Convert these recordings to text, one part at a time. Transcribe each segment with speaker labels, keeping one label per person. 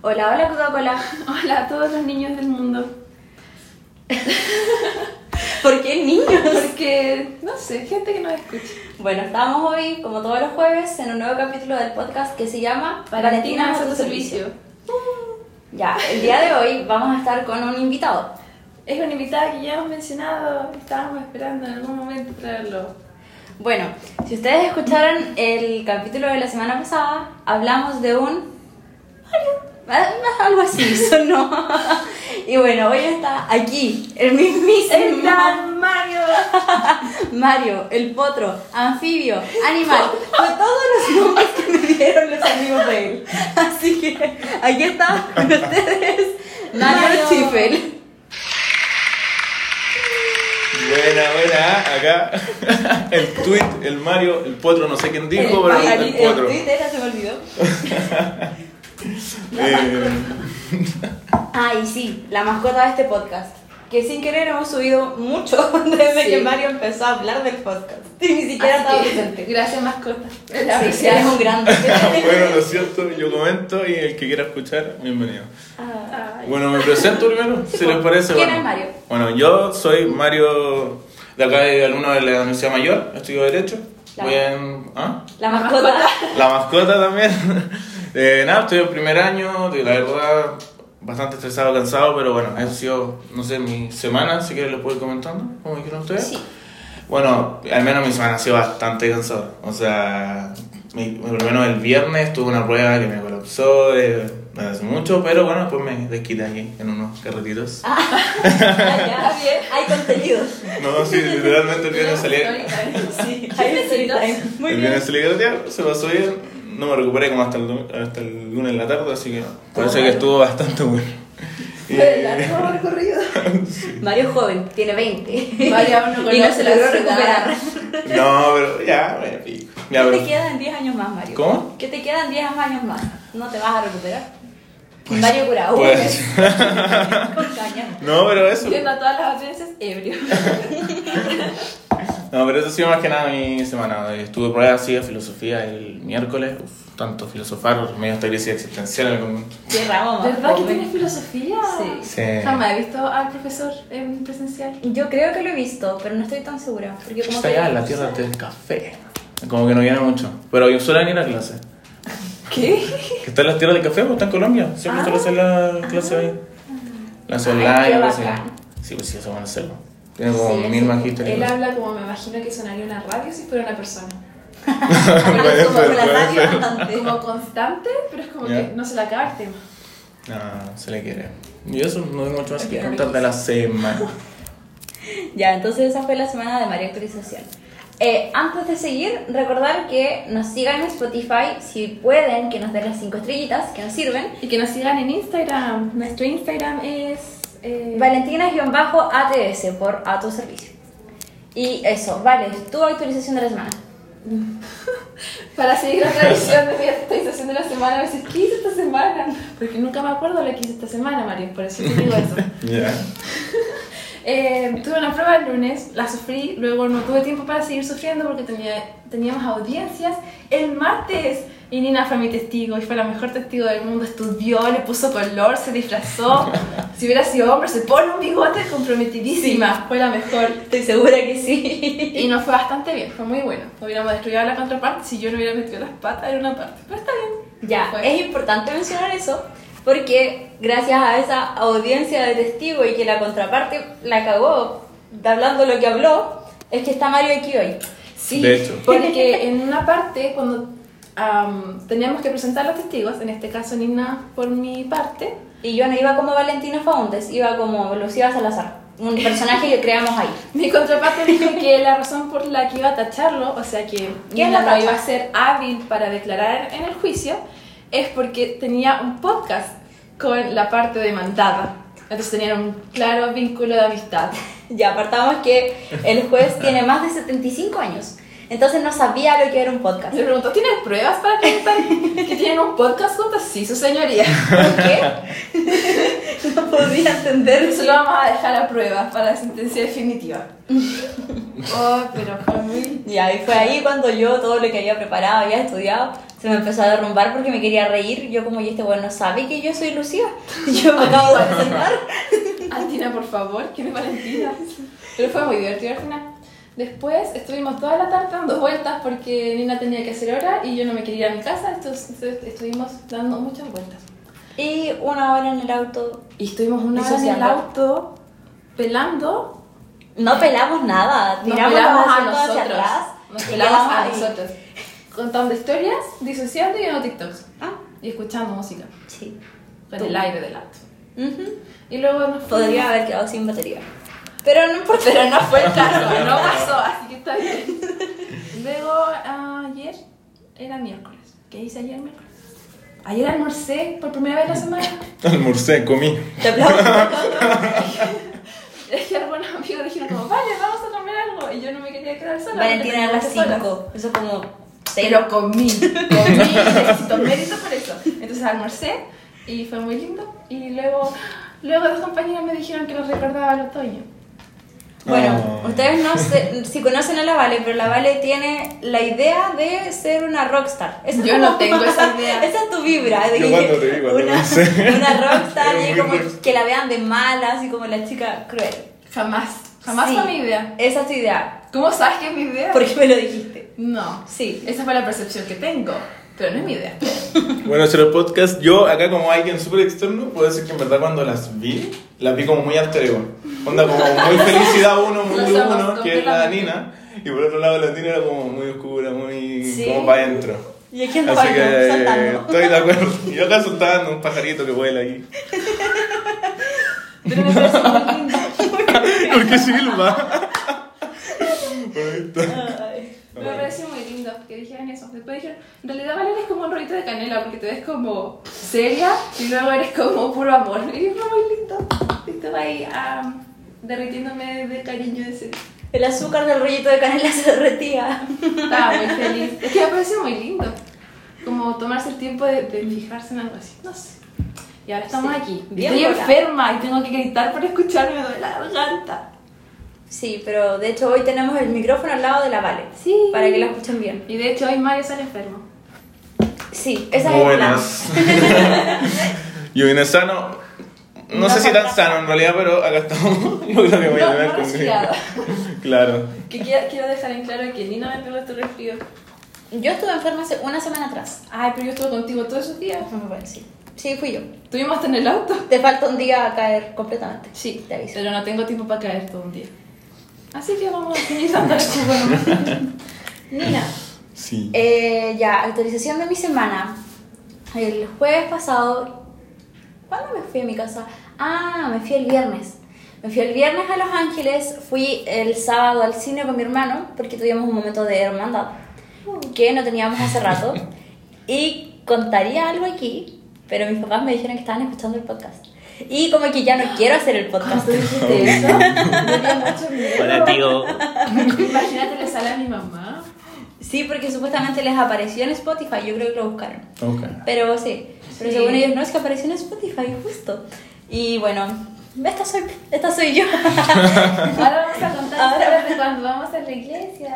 Speaker 1: Hola, hola Coca-Cola.
Speaker 2: Hola a todos los niños del mundo.
Speaker 1: ¿Por qué niños?
Speaker 2: Porque, no sé, gente que nos escucha.
Speaker 1: Bueno, estamos hoy, como todos los jueves, en un nuevo capítulo del podcast que se llama
Speaker 2: Valentina,
Speaker 1: a
Speaker 2: a tu servicio.
Speaker 1: Ya, el día de hoy vamos a estar con un invitado.
Speaker 2: Es una invitada que ya hemos mencionado, estábamos esperando en algún momento traerlo.
Speaker 1: Bueno, si ustedes escucharon el capítulo de la semana pasada, hablamos de un... Hola. Ah, Algo así, sonó. Y bueno, hoy está aquí, el mismísimo...
Speaker 2: Mario!
Speaker 1: Mario, el potro, anfibio, animal, con todos los nombres que me dieron los amigos de él. Así que aquí está con ustedes Mario
Speaker 2: Mario.
Speaker 1: Chifel.
Speaker 3: Buena, buena, ¿eh? acá. El tweet, el Mario, el potro, no sé quién dijo,
Speaker 1: el,
Speaker 3: pero
Speaker 1: pari-
Speaker 3: el potro.
Speaker 1: el Twitter, ya se me olvidó.
Speaker 3: Eh,
Speaker 1: Ah, y sí, la mascota de este podcast. Que sin querer hemos subido mucho desde
Speaker 2: Sí.
Speaker 1: que Mario empezó a hablar del podcast. Y ni siquiera
Speaker 2: Así
Speaker 1: estaba
Speaker 2: que,
Speaker 1: presente.
Speaker 2: Gracias, mascota.
Speaker 1: Sí, ya es un grande.
Speaker 3: Ah, bueno, lo siento, yo comento y el que quiera escuchar, bienvenido.
Speaker 1: Ah,
Speaker 2: Ay.
Speaker 3: Bueno, me presento primero, si les parece.
Speaker 1: ¿Quién
Speaker 3: bueno.
Speaker 1: es Mario?
Speaker 3: Bueno, yo soy Mario de acá, de alumno de la Universidad Mayor, estudio Derecho.
Speaker 1: La-
Speaker 3: Voy en. ¿Ah?
Speaker 1: La mascota.
Speaker 3: La mascota también. Eh, nada, estoy en primer año, de la verdad, bastante estresado, cansado, pero bueno, eso ha sido, no sé, mi semana, si quieren les puedo ir comentando, como dijeron ustedes.
Speaker 1: Sí.
Speaker 3: Bueno, al menos mi semana ha sido bastante cansada. O sea, mi- al menos el viernes tuve una prueba que me colapsó, eh, me hace mucho, pero bueno, después me desquité aquí en unos carretitos.
Speaker 1: Ah, ya, bien. Hay contenido.
Speaker 3: No, sí, literalmente el viernes salí.
Speaker 1: Sí, hay story time. Muy
Speaker 3: el
Speaker 1: bien.
Speaker 3: viernes salí a carretear, se pasó bien. No me recuperé como hasta el, lu- hasta el lunes en la tarde, así que parece
Speaker 1: Ah.
Speaker 3: que estuvo bastante bueno. Y-
Speaker 2: todo recorrido.
Speaker 1: Mario es joven, tiene 20.
Speaker 2: Mario aún no
Speaker 1: y no
Speaker 2: conoce
Speaker 1: se
Speaker 2: la
Speaker 1: logró
Speaker 2: ciudad.
Speaker 1: recuperar.
Speaker 3: no, pero ya, bueno, pico. Ya,
Speaker 1: ¿Qué
Speaker 3: pero
Speaker 1: te quedan 10 años más, Mario?
Speaker 3: ¿Cómo?
Speaker 1: ¿Qué te quedan 10 años más? ¿No te vas a recuperar? Mario curado.
Speaker 3: pues-
Speaker 1: Con caña.
Speaker 3: No, pero eso.
Speaker 2: Viendo a todas las audiencias ebrio.
Speaker 3: No, pero eso ha sido más que nada mi semana. Estuve prueba así de filosofía el miércoles. Uf, tanto filosofar, medio esta crisis existencial en algún momento.
Speaker 1: Qué ramo más
Speaker 2: ¿Verdad que
Speaker 1: joven.
Speaker 2: tienes filosofía?
Speaker 1: Oh, Sí.
Speaker 3: Sí.
Speaker 2: Jamás he visto al profesor en presencial.
Speaker 1: Yo creo que lo he visto, pero no estoy tan segura. Porque como
Speaker 3: Está
Speaker 1: que-
Speaker 3: allá en la tierra del café. Como que no viene mucho. Pero yo suelen ir a clase.
Speaker 2: ¿Qué?
Speaker 3: Que está en la tierra del café, pues está en Colombia. Siempre suele hacer la clase ahí. La
Speaker 1: Ah. Ay,
Speaker 3: online,
Speaker 1: qué
Speaker 3: algo así.
Speaker 1: bacán.
Speaker 3: Sí, pues sí, eso van a hacerlo. Tiene como
Speaker 1: Sí,
Speaker 3: mil
Speaker 1: sí.
Speaker 3: magísteres.
Speaker 2: Él habla como me imagino que sonaría una radio si fuera una persona.
Speaker 3: Puede
Speaker 1: como
Speaker 3: ser,
Speaker 1: la
Speaker 3: puede
Speaker 1: radio
Speaker 3: ser.
Speaker 1: antes.
Speaker 2: Como constante, pero es como
Speaker 3: Ya.
Speaker 2: que no se le acaba el tema.
Speaker 3: No, se le quiere. Y eso no tengo mucho más que contar de la semana.
Speaker 1: Ya, entonces esa fue la semana de María Actualización. Eh, antes de seguir, recordar que nos sigan en Spotify, si pueden, que nos den las 5 estrellitas que nos sirven.
Speaker 2: Y que nos sigan en Instagram. Nuestro Instagram es. eh,
Speaker 1: Valentina-ATS por a tu servicio. Y eso, vale, tu actualización de la semana.
Speaker 2: Para seguir la tradición de mi actualización de la semana, a veces, ¿qué hice esta semana? Porque nunca me acuerdo lo que hice esta semana, Mario, por eso te digo eso.
Speaker 3: Ya.
Speaker 2: Eh, tuve una prueba el lunes, la sufrí, luego no tuve tiempo para seguir sufriendo porque tenía, teníamos audiencias el martes. Y Nina fue mi testigo, y fue la mejor testigo del mundo. Estudió, le puso color, se disfrazó. Si hubiera sido hombre, se pone un bigote comprometidísima. Fue la mejor.
Speaker 1: Estoy segura que sí.
Speaker 2: Y nos fue bastante bien, fue muy bueno. Hubiéramos destruido a la contraparte si yo no hubiera metido las patas en una parte. Pero está bien.
Speaker 1: Ya,
Speaker 2: Fue.
Speaker 1: es importante mencionar eso porque gracias a esa audiencia de testigo y que la contraparte la cagó hablando lo que habló, es que está Mario aquí hoy.
Speaker 2: Sí,
Speaker 3: De hecho.
Speaker 2: porque en una parte, cuando am, teníamos que presentar los testigos, en este caso Nina por mi parte,
Speaker 1: Y yo no iba como Valentina Faundes, iba como Lucía Salazar, un personaje que creamos ahí.
Speaker 2: mi contraparte dijo que la razón por la que iba a tacharlo, o sea que
Speaker 1: ¿Quién la
Speaker 2: Nina no
Speaker 1: tacha?
Speaker 2: iba a ser hábil para declarar en el juicio, es porque tenía un podcast con la parte demandada. Entonces tenían un claro vínculo de amistad.
Speaker 1: Ya apartamos que el juez tiene más de 75 años, entonces no sabía lo que era un podcast.
Speaker 2: Le preguntó, ¿tienes pruebas para contar que tienen un podcast juntas? Sí, su señoría.
Speaker 1: ¿Por qué? No podía entender
Speaker 2: Eso lo vamos a dejar a prueba para la sentencia definitiva. Oh, pero fue muy...
Speaker 1: Ya, y fue ahí cuando yo todo lo que había preparado, había estudiado, se me empezó a derrumbar porque me quería reír. Yo como, y este bueno sabe que yo soy Lucía. Yo me acabo de presentar.
Speaker 2: Valentina, por favor, ¿quién es Valentina? Pero fue muy divertido al final. Después estuvimos toda la tarde dando vueltas porque Nina tenía que hacer hora y yo no me quería ir a mi casa, entonces estuvimos dando muchas vueltas.
Speaker 1: Y una hora en el auto.
Speaker 2: Y estuvimos una hora en el
Speaker 1: Disociando.
Speaker 2: auto pelando,
Speaker 1: No pelamos nada,
Speaker 2: nos
Speaker 1: tiramos
Speaker 2: pelamos
Speaker 1: los
Speaker 2: a
Speaker 1: asientos hacia
Speaker 2: nosotros,
Speaker 1: atrás.
Speaker 2: nos
Speaker 1: y
Speaker 2: pelamos a
Speaker 1: quedamos ahí.
Speaker 2: nosotros, contando historias, disociando y viendo TikToks
Speaker 1: Ah,
Speaker 2: y escuchando música
Speaker 1: sí.
Speaker 2: con
Speaker 1: Tú.
Speaker 2: el aire del auto.
Speaker 1: Ujú.
Speaker 2: Y luego nos fuimos-
Speaker 1: Podría haber quedado sin batería. Pero no importa.
Speaker 2: Pero no fue el caso, no pasó, así que está bien. Luego, ayer era miércoles. ¿Qué hice ayer miércoles? Ayer almorcé por primera vez la semana.
Speaker 3: Almorcé, comí.
Speaker 1: Te aplaudo.
Speaker 2: Es que algunos amigos dijeron como, vale, vamos a comer algo. Y yo no me quería quedar sola.
Speaker 1: Valentina a las
Speaker 2: porque tenía muchas
Speaker 1: 5. Eso es como...
Speaker 2: Te
Speaker 1: cero.
Speaker 2: lo comí, comí, necesito mérito por eso. Entonces almorcé y fue muy lindo. Y luego, luego dos compañeros me dijeron que los recordaba el otoño.
Speaker 1: Bueno,
Speaker 3: Oh.
Speaker 1: ustedes no sé si conocen a la Vale, pero la Vale tiene la idea de ser una rockstar. Esa es
Speaker 2: Yo
Speaker 1: como-
Speaker 2: no tengo esa idea.
Speaker 1: Esa es tu vibra. De
Speaker 3: Yo
Speaker 1: que
Speaker 3: cuando te vi, cuando
Speaker 1: una,
Speaker 3: pensé.
Speaker 1: una rockstar
Speaker 3: Era
Speaker 1: y
Speaker 3: muy
Speaker 1: como
Speaker 3: rockstar.
Speaker 1: que la vean de mala, así como la chica cruel.
Speaker 2: Jamás, jamás
Speaker 1: Sí,
Speaker 2: fue mi idea.
Speaker 1: Esa es tu idea.
Speaker 2: ¿Cómo sabes que es mi idea?
Speaker 1: Porque me lo dijiste.
Speaker 2: No.
Speaker 1: Sí.
Speaker 2: Esa fue la percepción que tengo, pero no es mi idea.
Speaker 3: Bueno, hacer el podcast, yo acá como alguien súper externo, puedo decir que en verdad cuando las vi, las vi como muy alter ego. Onda como muy felicidad uno, muy
Speaker 2: Lo
Speaker 3: luz
Speaker 2: somos
Speaker 3: uno, que es la
Speaker 2: completamente.
Speaker 3: Nina. Y por otro lado la Nina era como muy oscura, muy
Speaker 1: Sí.
Speaker 3: como para adentro.
Speaker 1: Y aquí ando
Speaker 3: Así que eh,
Speaker 1: bailando, saltando.
Speaker 3: estoy de acuerdo. Yo acá soltando un pajarito que vuela ahí.
Speaker 2: Pero me parece muy lindo.
Speaker 3: Porque silba. Por esto.
Speaker 1: Ay.
Speaker 2: Me pareció muy lindo que dijeran eso. Después dijeron, en realidad Valen es como un rollito de canela porque te ves como seria y luego eres como puro amor. Y fue muy lindo. Y Estaba ahí am, derritiéndome de cariño ese.
Speaker 1: El azúcar del rollito de canela se retira.
Speaker 2: Estaba muy feliz. Es que me pareció muy lindo. Como tomarse el tiempo de, de fijarse en algo así. No sé. Y ahora estamos
Speaker 1: Sí.
Speaker 2: aquí.
Speaker 1: Bien
Speaker 2: Estoy
Speaker 1: volada.
Speaker 2: enferma y tengo que gritar por escucharme de la garganta.
Speaker 1: Sí, pero de hecho hoy tenemos el micrófono al lado de la Vale.
Speaker 2: Sí.
Speaker 1: Para que la escuchen bien.
Speaker 2: Y de hecho hoy Mario sale enfermo.
Speaker 1: Sí, esa es la
Speaker 3: Buenas. Yo vine sano. No,
Speaker 1: No
Speaker 3: sé si tan
Speaker 1: tan
Speaker 3: sano en realidad, pero acá estamos. Yo creo que voy a
Speaker 2: No, no
Speaker 3: tener conmigo.
Speaker 2: resfriado.
Speaker 3: Claro.
Speaker 2: Que quiero, quiero dejar en claro que Nina me pegó este resfrío.
Speaker 1: Yo estuve enferma hace una semana atrás.
Speaker 2: Ay, pero yo estuve contigo todos esos días.
Speaker 1: Bueno, sí. Sí, fui yo.
Speaker 2: Estuvimos hasta en el auto.
Speaker 1: Te falta un día a caer completamente.
Speaker 2: Sí,
Speaker 1: te aviso.
Speaker 2: pero no tengo tiempo para caer todo un día. Así que vamos a seguir dando el jugo nomás.
Speaker 1: Nina,
Speaker 3: Sí.
Speaker 1: eh, ya, actualización de mi semana. El jueves pasado, ¿cuándo me fui a mi casa? Ah, me fui el viernes. Me fui el viernes a Los Ángeles, fui el sábado al cine con mi hermano, porque tuvimos un momento de hermandad que no teníamos hace rato. Y contaría algo aquí, pero mis papás me dijeron que estaban escuchando el podcast. Y como que ya no quiero hacer el podcast.
Speaker 2: ¿Cuándo dijiste eso? Me dio mucho miedo.
Speaker 3: tío.
Speaker 2: Imagínate le sale a mi mamá.
Speaker 1: Sí, porque supuestamente les apareció en Spotify, yo creo que lo buscaron.
Speaker 3: Ok.
Speaker 1: Pero sí, pero
Speaker 2: Sí.
Speaker 1: según ellos no es que apareció en Spotify, justo. Y bueno, esta soy, esta soy yo.
Speaker 2: Ahora vamos a contar
Speaker 1: Ahora-
Speaker 2: historias de cuando vamos a la iglesia.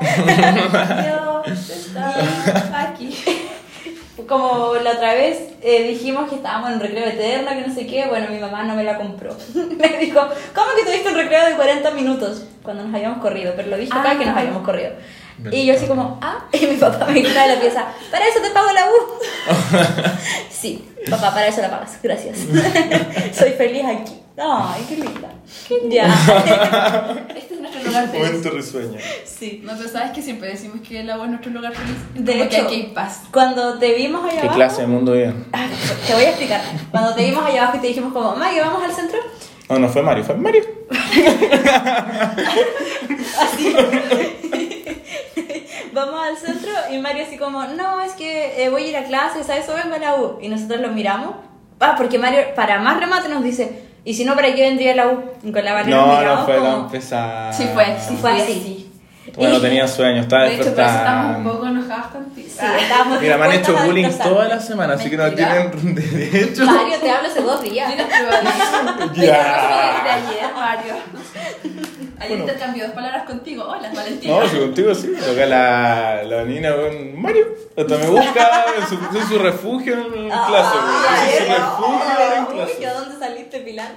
Speaker 2: Dios está aquí.
Speaker 1: Como la otra vez eh, dijimos que estábamos en un recreo eterno, que no sé qué, bueno, mi mamá no me la compró. me dijo, ¿cómo que tuviste un recreo de 40 minutos? Cuando nos habíamos corrido, pero lo dije acá
Speaker 2: Ah.
Speaker 1: que nos habíamos corrido. Y yo así como, ah, y mi papá me quita de la pieza, para eso te pago la U. sí, papá, para eso la pagas, gracias. Soy feliz aquí. Ay, qué linda. Ya.
Speaker 2: Este es nuestro lugar feliz.
Speaker 3: Momento risueño.
Speaker 1: sí.
Speaker 2: No, pero sabes que siempre decimos que el agua es nuestro lugar feliz.
Speaker 1: De
Speaker 2: Como que
Speaker 1: hecho.
Speaker 2: aquí hay paz.
Speaker 1: Cuando te vimos allá
Speaker 3: ¿Qué
Speaker 1: abajo,
Speaker 3: clase de mundo bien?
Speaker 1: Ah, te voy a explicar. Cuando te vimos allá abajo y te dijimos como, Maggie, vamos al centro.
Speaker 3: No, no fue Mario, fue Mario.
Speaker 1: Vamos al centro y Mario así como, no, es que eh, voy a ir a clases, a eso vengo a la U. Y nosotros lo miramos. Ah, porque Mario, para más remate, nos dice, ¿y si no, para qué vendría la U? Y con la Vale nos
Speaker 3: No,
Speaker 1: miramos
Speaker 3: no fue
Speaker 1: como-
Speaker 3: tan pesado.
Speaker 2: Sí fue, sí
Speaker 1: Fue
Speaker 2: fue
Speaker 1: así.
Speaker 2: así.
Speaker 3: Bueno,
Speaker 1: Y-
Speaker 3: tenía sueño, estaba
Speaker 2: De hecho, por eso estamos un
Speaker 3: despertando.
Speaker 2: poco enojadas contigo.
Speaker 1: Sí, estábamos
Speaker 3: Mira, me han hecho
Speaker 1: dispuestas a
Speaker 3: bullying
Speaker 1: destrozar.
Speaker 3: toda la semana, así que no
Speaker 2: Mentira.
Speaker 3: tienen derecho.
Speaker 1: Mario, te hablo hace dos días.
Speaker 2: Tienes probadísimo.
Speaker 3: Ya.
Speaker 2: De ayer, Mario. Ayer
Speaker 3: Bueno.
Speaker 2: intercambié dos palabras contigo. Hola, Valentina.
Speaker 3: No, si contigo sí. Acá la, la Nina, weón, Mario, hasta me busca, es su, soy su refugio en
Speaker 1: Ah,
Speaker 3: clase, weón. Soy su refugio en
Speaker 1: Uy, ¿y
Speaker 3: clase.
Speaker 1: a dónde saliste, Pilar?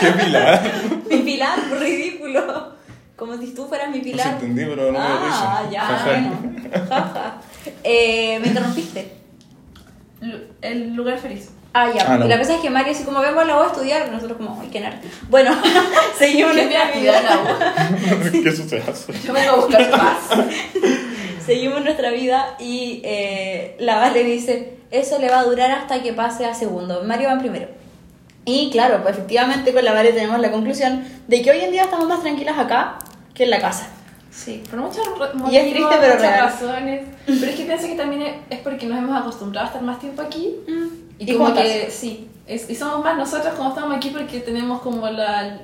Speaker 3: Qué pilar.
Speaker 1: Mi Pilar, ridículo. Como si tú fueras mi
Speaker 3: No se
Speaker 1: Pilar.
Speaker 3: entendí, pero no me lo hizo.
Speaker 1: ah, ya,
Speaker 3: Ajá.
Speaker 1: bueno. Jaja. Eh, me interrumpiste.
Speaker 2: Lu- El lugar feliz.
Speaker 1: Ah, ya.
Speaker 3: Ah, no.
Speaker 1: La cosa es que Mario, así como vengo a la U a estudiar, nosotros como, ay, qué nerd. Bueno, seguimos
Speaker 2: Yo me voy
Speaker 1: nuestra
Speaker 2: a cuidar
Speaker 1: vida.
Speaker 2: la voz.
Speaker 3: ¿Qué sucede?
Speaker 2: Yo vengo a buscar paz.
Speaker 1: Seguimos nuestra vida y eh, la Vale dice, eso le va a durar hasta que pase a segundo. Mario va en primero. Y claro, pues efectivamente con la Vale tenemos la conclusión de que hoy en día estamos más tranquilas acá que en la casa.
Speaker 2: Sí, por muchas ra-
Speaker 1: Y es
Speaker 2: motivos,
Speaker 1: triste, pero
Speaker 2: muchas
Speaker 1: real.
Speaker 2: razones. Pero es que pienso que también es- es porque nos hemos acostumbrado a estar más tiempo aquí. Y, como
Speaker 1: juntas.
Speaker 2: que, sí, es- y somos más nosotros cuando estamos aquí porque tenemos como la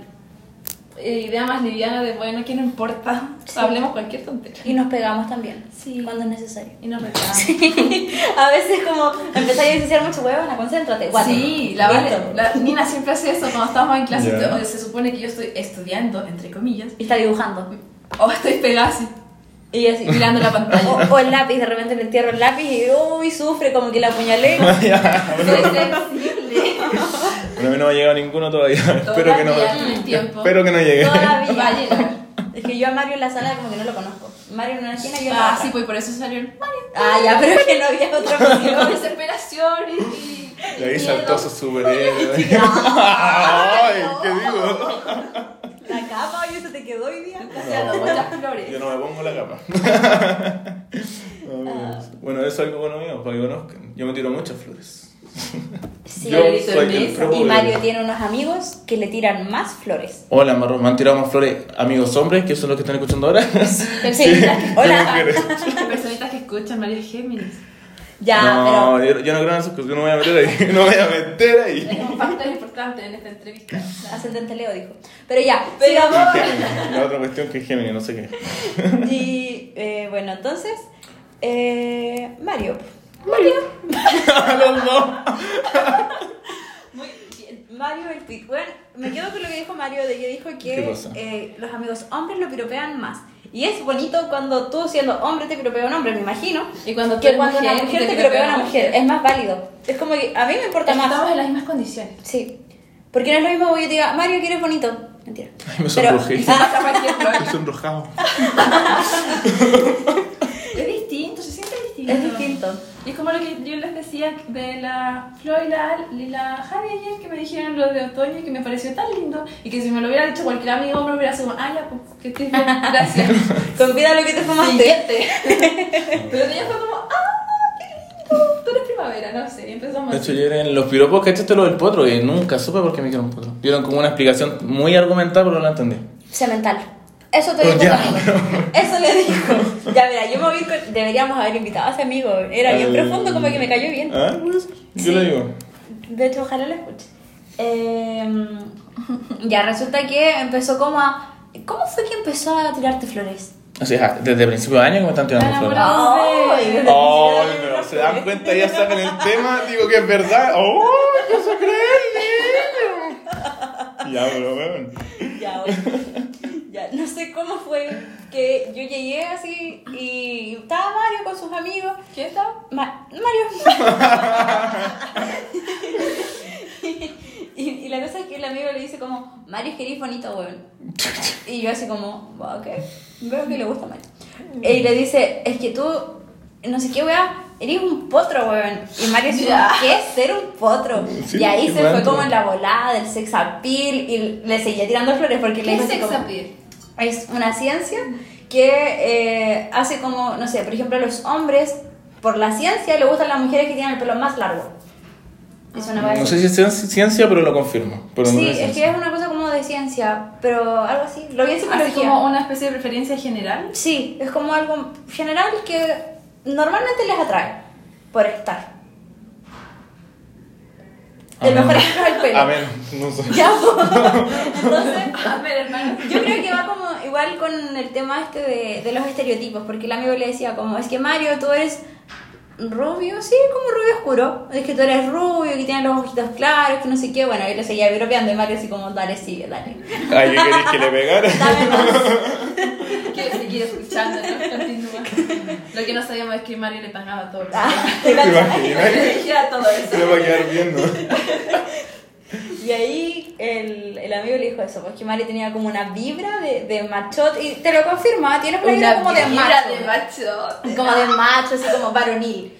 Speaker 2: eh, idea más liviana de, bueno, que no importa, hablemos cualquier tontería.
Speaker 1: Y nos pegamos también,
Speaker 2: Sí.
Speaker 1: cuando es necesario.
Speaker 2: Y nos retamos.
Speaker 1: a veces como empezáis a decir mucho huevona, concéntrate, guate.
Speaker 2: Sí, la,
Speaker 1: Eh, Listo.
Speaker 2: vale, la Nina siempre hace eso cuando estamos en clase.
Speaker 3: Ya.
Speaker 2: estoy- Se supone que yo estoy estudiando, entre comillas,
Speaker 1: Y está dibujando.
Speaker 2: o estoy pegada así,
Speaker 1: Y así,
Speaker 2: mirando la
Speaker 1: O,
Speaker 2: pantalla.
Speaker 1: o el lápiz, de repente le entierro el lápiz y uy, sufre como que la apuñalé.
Speaker 3: Ya,
Speaker 2: Soy flexible.
Speaker 3: Bueno, a mí no me ha llegado ninguno todavía. espero que no.
Speaker 2: Todavía en el tiempo.
Speaker 3: Espero que no llegue.
Speaker 1: Todavía.
Speaker 2: Va a llegar.
Speaker 1: Es que yo a Mario en la sala como que no lo conozco. Mario en una esquina y yo en la
Speaker 2: Ah,
Speaker 1: otra.
Speaker 2: sí, pues por eso salió el Mario.
Speaker 1: Ah, ya, pero es que no había otra
Speaker 2: Con
Speaker 1: opción.
Speaker 2: desesperación y.
Speaker 3: Y ahí saltó su superhéroe.
Speaker 1: Ay,
Speaker 3: Ay,
Speaker 1: no.
Speaker 3: ¿qué digo?
Speaker 1: La capa, oye, se te quedó hoy día.
Speaker 2: Haciendo muchas flores.
Speaker 3: Yo no me pongo la capa.
Speaker 1: Ah.
Speaker 3: bueno, eso es algo bueno mío, para que conozcan. Yo me tiro muchas flores.
Speaker 1: Sí.
Speaker 3: Yo
Speaker 2: Florito
Speaker 3: soy
Speaker 2: en
Speaker 3: el
Speaker 2: mesa.
Speaker 3: pro
Speaker 1: Y Mario
Speaker 3: bolero.
Speaker 1: tiene unos amigos que le tiran más flores.
Speaker 3: Hola, Marrón. Me han tirado más flores amigos hombres, que son los que están escuchando ahora.
Speaker 1: Sí, hola.
Speaker 3: mujeres.
Speaker 2: Las personitas que escuchan Mario Géminis.
Speaker 1: Ya,
Speaker 3: no,
Speaker 1: pero.
Speaker 3: yo, yo no creo en eso, porque yo no me voy a meter ahí. No me voy a meter ahí.
Speaker 2: Es un factor importante en esta entrevista.
Speaker 1: Ascendente Leo dijo. Pero ya,
Speaker 2: Pero-
Speaker 1: sigamos.
Speaker 3: Géminis, La otra cuestión que es Géminis, no sé qué.
Speaker 1: Y eh, bueno, entonces, eh, Mario.
Speaker 3: Los dos.
Speaker 1: Muy bien. Mario el pit. Bueno, me quedo con lo que dijo Mario, de que dijo
Speaker 3: ¿Qué
Speaker 1: que
Speaker 3: cosa?
Speaker 1: eh, los amigos hombres lo piropean más. Y es bonito cuando tú siendo hombre te piropea un hombre, me imagino.
Speaker 2: Y cuando tú
Speaker 1: Que
Speaker 2: eres
Speaker 1: cuando una
Speaker 2: y
Speaker 1: mujer te
Speaker 2: piropea
Speaker 1: piropea una mujer. Es más válido. Es como que a mí me importa más.
Speaker 2: Estamos en las mismas condiciones.
Speaker 1: Sí. Porque no es lo mismo que yo te diga, Mario, que eres bonito. Mentira.
Speaker 3: Ay, me
Speaker 1: Pero- Ah,
Speaker 3: sonrojé.
Speaker 2: Pasa cualquier flor.
Speaker 3: Me sonrojado.
Speaker 2: Es distinto, se siente distinto.
Speaker 1: Es distinto.
Speaker 2: Y es como lo que yo les decía de la Flo y la, y la Javi ayer que me dijeron lo de otoño y que me pareció tan lindo y que si me lo hubiera dicho cualquier amigo me lo hubiera sido, ah, ya, pues, que estés bien, gracias.
Speaker 1: Convida lo que te fumaste.
Speaker 2: Siguiente. Pero ella fue como, ah, qué lindo, tú eres primavera, no sé, y empezamos
Speaker 3: De hecho,
Speaker 2: así.
Speaker 3: yo era en los piropos, ¿cachaste lo del potro? Que nunca supe por qué me dijeron potro. Dieron como una explicación muy argumentada, pero no la entendí.
Speaker 1: Semental. Eso te
Speaker 3: Pero
Speaker 1: dijo
Speaker 3: Oh, ya.
Speaker 1: un amigo. Eso le dijo. Ya, mira, yo me voy con... Deberíamos haber invitado a ese amigo. Era bien
Speaker 3: Al-
Speaker 1: profundo, como que me cayó bien.
Speaker 3: Ah, pues, yo lo digo.
Speaker 1: De hecho, ojalá lo escuche. Eh, ya, resulta que empezó como a... ¿Cómo fue que empezó a tirarte flores?
Speaker 3: O sea, ah, desde principio de año que me están tirando
Speaker 2: Está
Speaker 3: flores.
Speaker 2: enamorado.
Speaker 1: Ay,
Speaker 3: Ay, pero se dan cuenta, ya saben el tema, digo que es verdad. ¡Oh! ¡No se cree el niño! Ya, pero weón.
Speaker 1: Ya, bueno. ya, no sé cómo fue que yo llegué así y estaba Mario con sus amigos
Speaker 2: ¿Quién está?
Speaker 1: Ma- Mario. y, y la cosa es que el amigo le dice como, Mario, es que eres bonito, weón. Y yo así como, "Bueno, ok, veo que le gusta Mario. Y le dice, es que tú, no sé qué, weón, eres un potro, weón. Y Mario dice,
Speaker 2: Ya.
Speaker 1: ¿qué es ser un potro?
Speaker 3: Sí,
Speaker 1: y ahí
Speaker 3: qué
Speaker 1: se fue
Speaker 3: raro.
Speaker 1: como en la volada del sex appeal y le seguía tirando flores porque le
Speaker 2: ¿Qué
Speaker 1: dice
Speaker 2: es sex
Speaker 1: como-
Speaker 2: appeal?
Speaker 1: es una ciencia que eh, hace como, no sé, por ejemplo, a los hombres, por la ciencia, le gustan las mujeres que tienen el pelo más largo. Es una
Speaker 3: Ah, No
Speaker 1: vaina.
Speaker 3: sé si es cien- ciencia, pero lo confirmo. Pero no
Speaker 1: Sí,
Speaker 3: es
Speaker 1: es
Speaker 3: ciencia.
Speaker 1: que
Speaker 3: Ah,
Speaker 1: es una cosa como de ciencia, pero algo así. Lo vi en
Speaker 2: Así
Speaker 1: psicología.
Speaker 2: como una especie de preferencia general.
Speaker 1: Sí, es como algo general que normalmente les atrae por estar. El
Speaker 3: Amén.
Speaker 1: mejor ejemplo es el pelo.
Speaker 3: Amén, no sé.
Speaker 1: Ya, pues. entonces,
Speaker 2: A ver, hermano.
Speaker 1: Yo creo que va como igual con el tema este de, de los estereotipos, porque el amigo le decía como, es que Mario, tú eres rubio, sí, como rubio oscuro. Es que tú eres rubio, que tienes los ojitos claros, que no sé qué. Bueno, yo le seguía viropeando y Mario así como, dale, sigue, dale.
Speaker 3: Ay, Ah, ¿qué querés que le pegara?
Speaker 1: Dame más.
Speaker 2: Quiero seguir escuchando, ¿no? Continúa. Lo que no sabíamos es que Mario le pagaba todo.
Speaker 1: Ah, ¿te
Speaker 3: ¿Te
Speaker 1: cachai?
Speaker 3: imaginas?
Speaker 2: Le dijera todo eso.
Speaker 3: Se le va a quedar viendo.
Speaker 1: Y ahí el, el amigo le dijo eso, pues que Mario tenía como una vibra de, de machot. Y te lo confirma, tiene playera como de
Speaker 2: vibra
Speaker 1: macho. Ah.
Speaker 2: de macho.
Speaker 1: como de macho, así como varonil.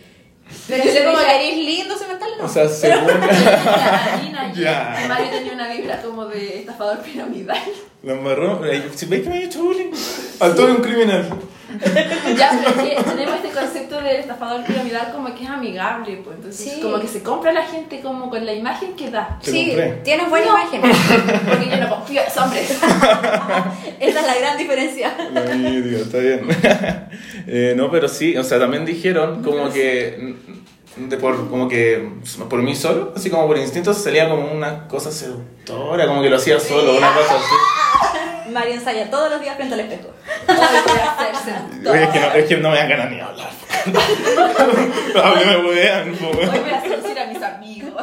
Speaker 1: Pero
Speaker 2: Yo
Speaker 1: si como
Speaker 2: dije-
Speaker 1: querés lindo, se me está
Speaker 3: O sea, según
Speaker 2: Harina,
Speaker 3: Ya.
Speaker 2: y Mario tenía una vibra como de estafador piramidal.
Speaker 3: los marrones. eh, Si ves que me he hecho bullying, al todo un criminal.
Speaker 2: Ya, pero es que tenemos este concepto del estafador piramidal como que es amigable, pues entonces
Speaker 1: Sí.
Speaker 2: como que se compra la gente como con la imagen que da.
Speaker 3: Te
Speaker 1: Sí,
Speaker 3: compré.
Speaker 1: tienes buena
Speaker 2: No.
Speaker 1: imagen.
Speaker 2: Porque yo no confío en los hombres.
Speaker 1: Esa es la gran diferencia.
Speaker 3: La vídeo, está bien. Eh, no, pero sí, o sea, también dijeron como que. mm, De por, como que por mí solo, así como por instinto salía como una cosa seductora, como que lo hacía solo, una cosa así.
Speaker 1: Mario ensaya todos los días frente al espejo.
Speaker 2: Voy a hacerse
Speaker 3: Oye, es que no, es que no me dan ganas ni de hablar. Hable, me budean, po.
Speaker 2: Hoy voy a seducir a mis amigos.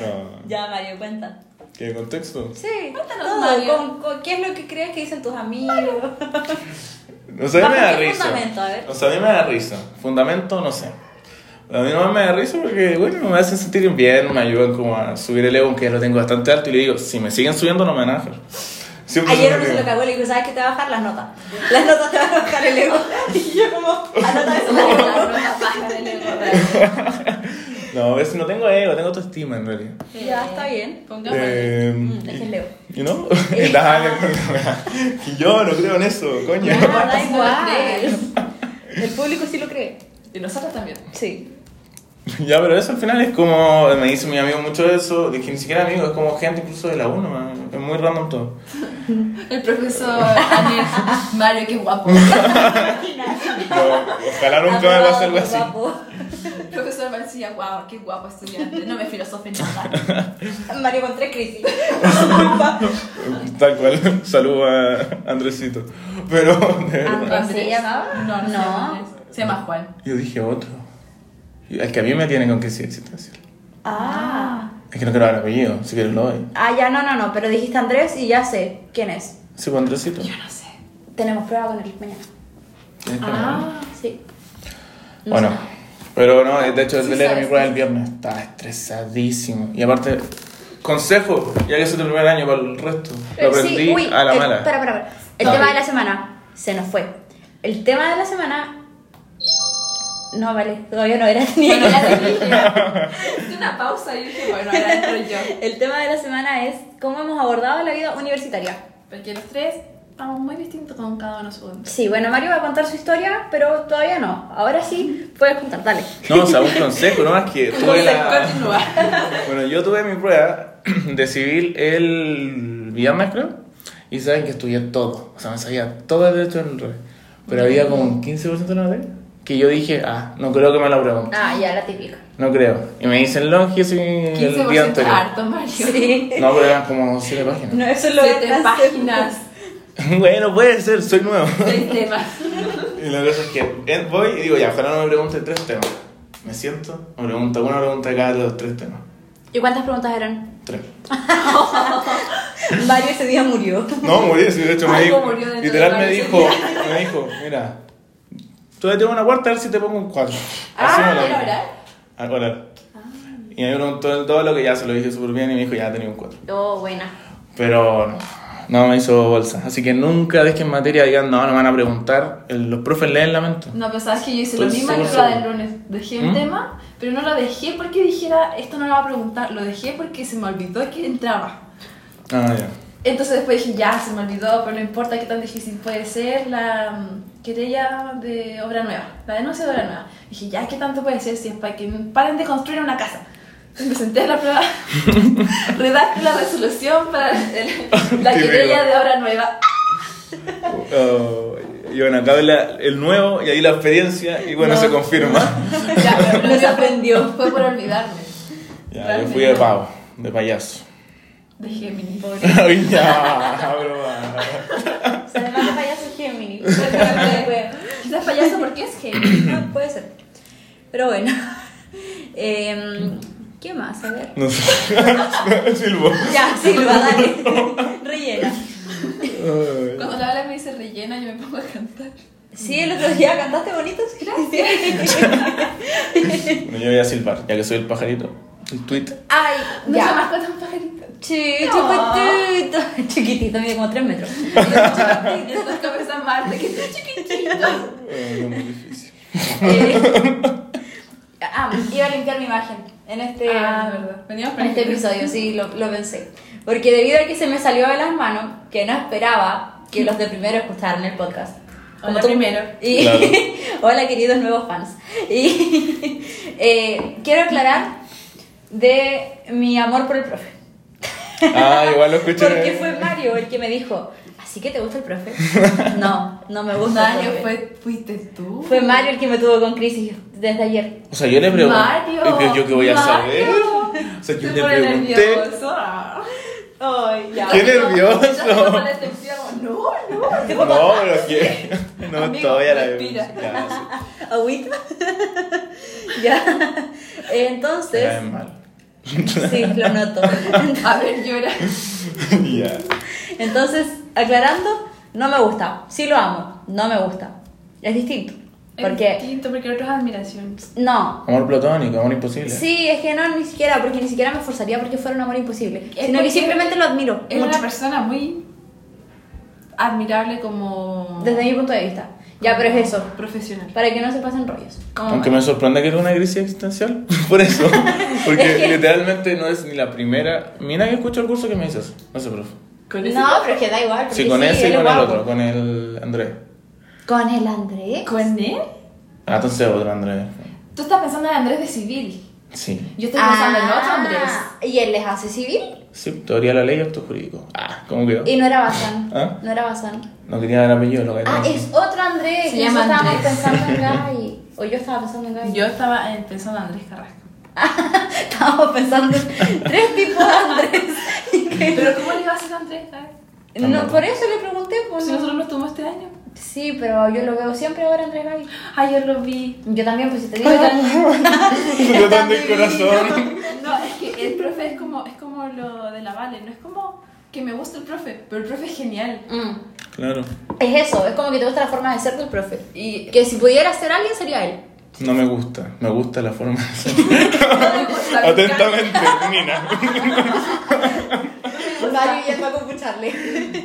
Speaker 3: No.
Speaker 1: Ya, Mario, cuenta.
Speaker 3: ¿Qué contexto?
Speaker 1: Sí,
Speaker 2: Cuéntanos,
Speaker 1: todo.
Speaker 2: Mario.
Speaker 1: Con- con- ¿Qué es lo que crees que dicen tus amigos?
Speaker 3: O sea, a mí me da
Speaker 1: Bajo qué
Speaker 3: risa.
Speaker 1: fundamento, a ver.
Speaker 3: O sea, a mí me da risa. Fundamento, no sé. A mí no me da risa porque, bueno, me hacen sentir bien, me ayudan como a subir el ego, aunque lo tengo bastante alto, y le digo, si me siguen subiendo, no me van a bajar. Siempre
Speaker 1: Ayer
Speaker 3: me
Speaker 1: uno se lo cagó y le dijo, ¿sabes qué te va a bajar? Las notas. Las notas te van a bajar el ego. Y yo como, anota eso.
Speaker 2: La
Speaker 1: Mario.
Speaker 2: verdad, no la paja del ego.
Speaker 3: No, es, no tengo ego, tengo autoestima en realidad.
Speaker 1: Ya, está bien.
Speaker 2: Pongamos.
Speaker 3: Eh,
Speaker 1: Mm, es el Leo.
Speaker 3: ¿Y no? Dale, y yo no creo en eso, coño.
Speaker 2: No,
Speaker 1: Ah, da
Speaker 2: si no lo crees.
Speaker 1: igual. El público sí lo cree.
Speaker 2: Y nosotros también.
Speaker 1: Sí.
Speaker 3: Ya, pero eso al final es como, me dice mi amigo mucho eso, de que ni siquiera amigo, es como gente incluso de la 1, man. es muy random todo.
Speaker 2: El profesor Anel. Mario, qué guapo.
Speaker 3: No, ojalá nunca me
Speaker 1: Aprobado,
Speaker 3: pase algo así.
Speaker 1: guapo.
Speaker 2: El profesor Marcilla, guau, qué guapo estudiante. No me filosofe nada.
Speaker 1: Mario con tres crisis. Disculpa.
Speaker 3: Tal cual, saludo a Andresito. Pero, de verdad.
Speaker 1: Andrés. ¿Se llamaba?
Speaker 2: No, no. Se, llama
Speaker 1: No.
Speaker 2: Andrés. se llama Juan.
Speaker 3: Yo dije otro. Y Es que a mí me tienen con que sí existencial.
Speaker 1: Ah.
Speaker 3: Es que no quiero dar apellido, si quieres lo doy.
Speaker 1: Ah, ya, no, no, no. Pero dijiste Andrés y ya sé quién es.
Speaker 3: Sí, pues Andresito.
Speaker 2: Yo no sé.
Speaker 1: Tenemos prueba con él mañana.
Speaker 3: Tienes que hablar.
Speaker 2: Ah.
Speaker 1: Sí.
Speaker 3: Bueno, pero no, de hecho, el
Speaker 2: Sí
Speaker 3: de leer a mi
Speaker 2: sabes.
Speaker 3: prueba el viernes estaba estresadísimo. Y aparte, consejo, ya que es tu primer año para el resto.
Speaker 2: Eh,
Speaker 3: Lo aprendí
Speaker 1: Eh, sí, uy,
Speaker 3: a la
Speaker 1: el-
Speaker 3: mala.
Speaker 1: Espera, espera, espera. El
Speaker 3: Ah.
Speaker 1: tema de la semana se nos fue. El tema de la semana. No, vale, todavía no era. Tenía
Speaker 2: Bueno,
Speaker 1: que-
Speaker 2: ya te dije. Hice una pausa y dije, bueno, ahora entro yo.
Speaker 1: El tema de la semana es cómo hemos abordado la vida universitaria.
Speaker 2: Porque los tres estamos muy distintos con cada uno su onda.
Speaker 1: Sí, bueno, Mario va a contar su historia, pero todavía no. Ahora sí, puedes contar, dale.
Speaker 3: No, o sea, un consejo, no más que tuve
Speaker 2: Entonces,
Speaker 3: la.
Speaker 2: continúa.
Speaker 3: Bueno, yo tuve mi prueba de civil el viernes, creo. Y saben que estudié todo. O sea, me sabía todo el derecho del revés. Pero había como un 15% de la materia que yo dije, ah, no creo que me la aprueben.
Speaker 1: Ah, ya, la típica.
Speaker 3: No creo. Y me dicen longis y el día
Speaker 2: 15%
Speaker 3: anterior.
Speaker 2: harto, Mario.
Speaker 1: Sí.
Speaker 3: No, pero eran como 7 páginas.
Speaker 1: No, eso es lo
Speaker 2: Siete
Speaker 1: que
Speaker 2: páginas,
Speaker 3: Bueno, puede ser, soy nuevo.
Speaker 2: seis temas.
Speaker 3: Y la cosa es que eh, voy y digo, ya, ojalá no me pregunten tres temas. Me siento, me pregunta una pregunta de cada de los tres temas.
Speaker 1: ¿Y cuántas preguntas eran?
Speaker 3: Tres.
Speaker 1: Mario ese día murió.
Speaker 3: No, morí, sí, de hecho me
Speaker 2: Algo
Speaker 3: dijo.
Speaker 2: murió dentro
Speaker 3: Literal
Speaker 2: de
Speaker 3: me
Speaker 2: Mario ese
Speaker 3: dijo, me dijo, mira, todavía tengo una cuarta, a ver si te pongo un cuatro. Así
Speaker 2: Ah,
Speaker 3: me lo
Speaker 2: ¿era
Speaker 3: dijo.
Speaker 2: oral?
Speaker 3: Ah, oral. Y me preguntó el todo lo que ya se lo dije súper bien y me dijo, ya tenía un cuatro.
Speaker 1: Oh, buena.
Speaker 3: Pero no, no me hizo bolsa. Así que nunca dejen materia, digan, no, no me van a preguntar. El- Los profes leen lamento.
Speaker 2: No, pero sabes que yo hice lo
Speaker 3: Pues,
Speaker 2: mismo en
Speaker 3: ¿cómo
Speaker 2: la prueba
Speaker 3: se-
Speaker 2: del lunes. Dejé un
Speaker 3: ¿Mm?
Speaker 2: tema, pero no lo dejé porque dijera, esto no lo va a preguntar. Lo dejé porque se me olvidó que entraba.
Speaker 3: Ah, ya.
Speaker 2: Entonces después dije, ya, se me olvidó, pero no importa qué tan difícil puede ser la mm, querella de obra nueva, la denuncia de obra nueva. Dije, ya, ¿qué tanto puede ser si es para que paren de construir una casa? Entonces me senté a la prueba, redacté la resolución para el- la
Speaker 3: Qué
Speaker 2: querella
Speaker 3: miedo.
Speaker 2: de obra nueva.
Speaker 3: Oh, y bueno, acá habla el nuevo y ahí la experiencia y bueno,
Speaker 1: No.
Speaker 3: se confirma.
Speaker 2: Ya, pero
Speaker 1: Nos
Speaker 2: fue-
Speaker 1: aprendió.
Speaker 2: Fue por olvidarme.
Speaker 3: Ya, yo fui de pavo, de payaso.
Speaker 2: Dije, mi pobre.
Speaker 3: Ay, ya, broma.
Speaker 1: O sea, además de payaso Gemini.
Speaker 2: Quizás payaso porque es gay.
Speaker 1: No, puede ser. Pero bueno. Em, ¿Qué más? A ver.
Speaker 3: No sé. Silbo.
Speaker 1: Ya, Silva, dale. Rellena.
Speaker 3: Ay.
Speaker 2: Cuando la habla me dice rellena, yo me pongo a cantar.
Speaker 1: Sí, el otro día cantaste bonito. Gracias.
Speaker 3: Bueno, yo voy a silbar, ya que soy el pajarito. El tweet.
Speaker 1: Ay,
Speaker 2: No se
Speaker 1: ya.
Speaker 2: mascota un pajarito.
Speaker 1: Chi-
Speaker 2: No.
Speaker 1: Chiquitito. Chiquitito, mide como 3 metros.
Speaker 2: Y después comienza Marte, que está chiquitito.
Speaker 3: Ay, no, muy difícil.
Speaker 1: Eh, ah, iba a limpiar mi imagen en este,
Speaker 2: Ah, verdad. Veníamos
Speaker 1: en este episodio, sí, lo, lo pensé. Porque debido a que se me salió de las manos, que no esperaba que los de primero escucharan el podcast.
Speaker 2: Hola, primero.
Speaker 1: Y-
Speaker 3: Claro.
Speaker 1: hola, queridos nuevos fans. Y eh, quiero aclarar de mi amor por el profe.
Speaker 3: Ah, igual lo escuché.
Speaker 1: Porque fue Mario el que me dijo, ¿así que te gusta el profe? No, no me
Speaker 2: Un
Speaker 1: gusta. el
Speaker 2: año
Speaker 1: profe".
Speaker 2: fue, fuiste tú.
Speaker 1: Fue Mario el que me tuvo con crisis desde ayer.
Speaker 3: O sea, yo le pregunté.
Speaker 2: Mario.
Speaker 3: Yo, yo qué voy a
Speaker 2: Mario.
Speaker 3: saber. O sea, yo
Speaker 2: Te
Speaker 3: le
Speaker 2: pone
Speaker 3: pregunté.
Speaker 2: nervioso. Ah.
Speaker 1: Ay, ya.
Speaker 3: ¿Qué nervioso?
Speaker 2: Yo tomo la excepción, No, no.
Speaker 3: No, pero que. No,
Speaker 2: Amigo,
Speaker 3: todavía la vemos.
Speaker 2: respira.
Speaker 3: Ya,
Speaker 1: Agüita. ya.
Speaker 3: sí. Ya es
Speaker 1: Entonces,
Speaker 3: malo.
Speaker 1: sí, lo noto.
Speaker 2: A ver, llora.
Speaker 3: Ya.
Speaker 1: Entonces, aclarando, no me gusta. Sí lo amo, no me gusta. Es distinto.
Speaker 2: Es
Speaker 1: Porque,
Speaker 2: distinto, porque el otro es admiración.
Speaker 1: no.
Speaker 3: Amor platónico, amor imposible.
Speaker 1: Sí, es que no, ni siquiera, porque ni siquiera me esforzaría porque fuera un amor imposible.
Speaker 2: Es
Speaker 1: sino que
Speaker 2: porque
Speaker 1: simplemente lo admiro.
Speaker 2: Es
Speaker 1: mucho.
Speaker 2: una persona muy admirable como.
Speaker 1: Desde mi punto de vista. Ya, pero es eso.
Speaker 2: Profesional.
Speaker 1: Para que no se pasen rollos. Como-
Speaker 3: Aunque me sorprende que tenga una crisis existencial, por eso.
Speaker 1: Es que-
Speaker 3: Porque literalmente no es ni la primera mina que escucho el curso que me dices. No sé, profe.
Speaker 2: Con
Speaker 1: No, pero es que da igual.
Speaker 3: Sí,
Speaker 1: porque
Speaker 3: con ese
Speaker 1: él
Speaker 3: y
Speaker 1: es
Speaker 3: con el
Speaker 1: guapo.
Speaker 3: otro, con el Andrés.
Speaker 1: ¿Con el Andrés?
Speaker 2: ¿Con él?
Speaker 3: Ah, entonces otro Andrés.
Speaker 2: Tú estás pensando en Andrés de civil.
Speaker 3: Sí.
Speaker 1: este
Speaker 2: Yo estoy pensando en otro Andrés.
Speaker 1: Ah, ¿Y él les hace civil?
Speaker 3: Sí, teoría de la ley y acto jurídico. Ah, ¿cómo quedó?
Speaker 1: Y no era Bazán.
Speaker 3: ¿Ah?
Speaker 1: No era Bazán.
Speaker 3: No quería dar apellido, lo que
Speaker 1: Ah, es otro Andrés.
Speaker 2: Se
Speaker 1: y
Speaker 2: llama
Speaker 1: nosotros estábamos
Speaker 2: Andrés.
Speaker 1: pensando en Gaby. O yo estaba pensando en Gaby.
Speaker 2: Yo estaba eh, pensando en Andrés Carrasco.
Speaker 1: Estábamos pensando en tres tipos de Andrés.
Speaker 2: Pero ¿cómo le vas a hacer a Andrés? Carrasco?
Speaker 1: No, por eso le pregunté. Pues,
Speaker 2: Si nosotros lo tuvimos este año.
Speaker 1: Sí, pero yo lo veo siempre ahora Andrés Gaby.
Speaker 2: Ayer lo vi.
Speaker 1: Yo también, pues si te digo.
Speaker 2: No,
Speaker 3: Yo tanto el corazón.
Speaker 2: es que el profe es como, es como lo de la Vale. No es como que me gusta el profe, pero el profe es genial.
Speaker 1: Mm.
Speaker 3: Claro.
Speaker 1: Es eso, es como que te gusta la forma de ser del profe. Y que si pudiera ser alguien sería él.
Speaker 3: No me gusta. Me gusta la forma de ser.
Speaker 2: No me gusta, me
Speaker 3: Atentamente, Nina.
Speaker 1: Mario ya va a escucharle.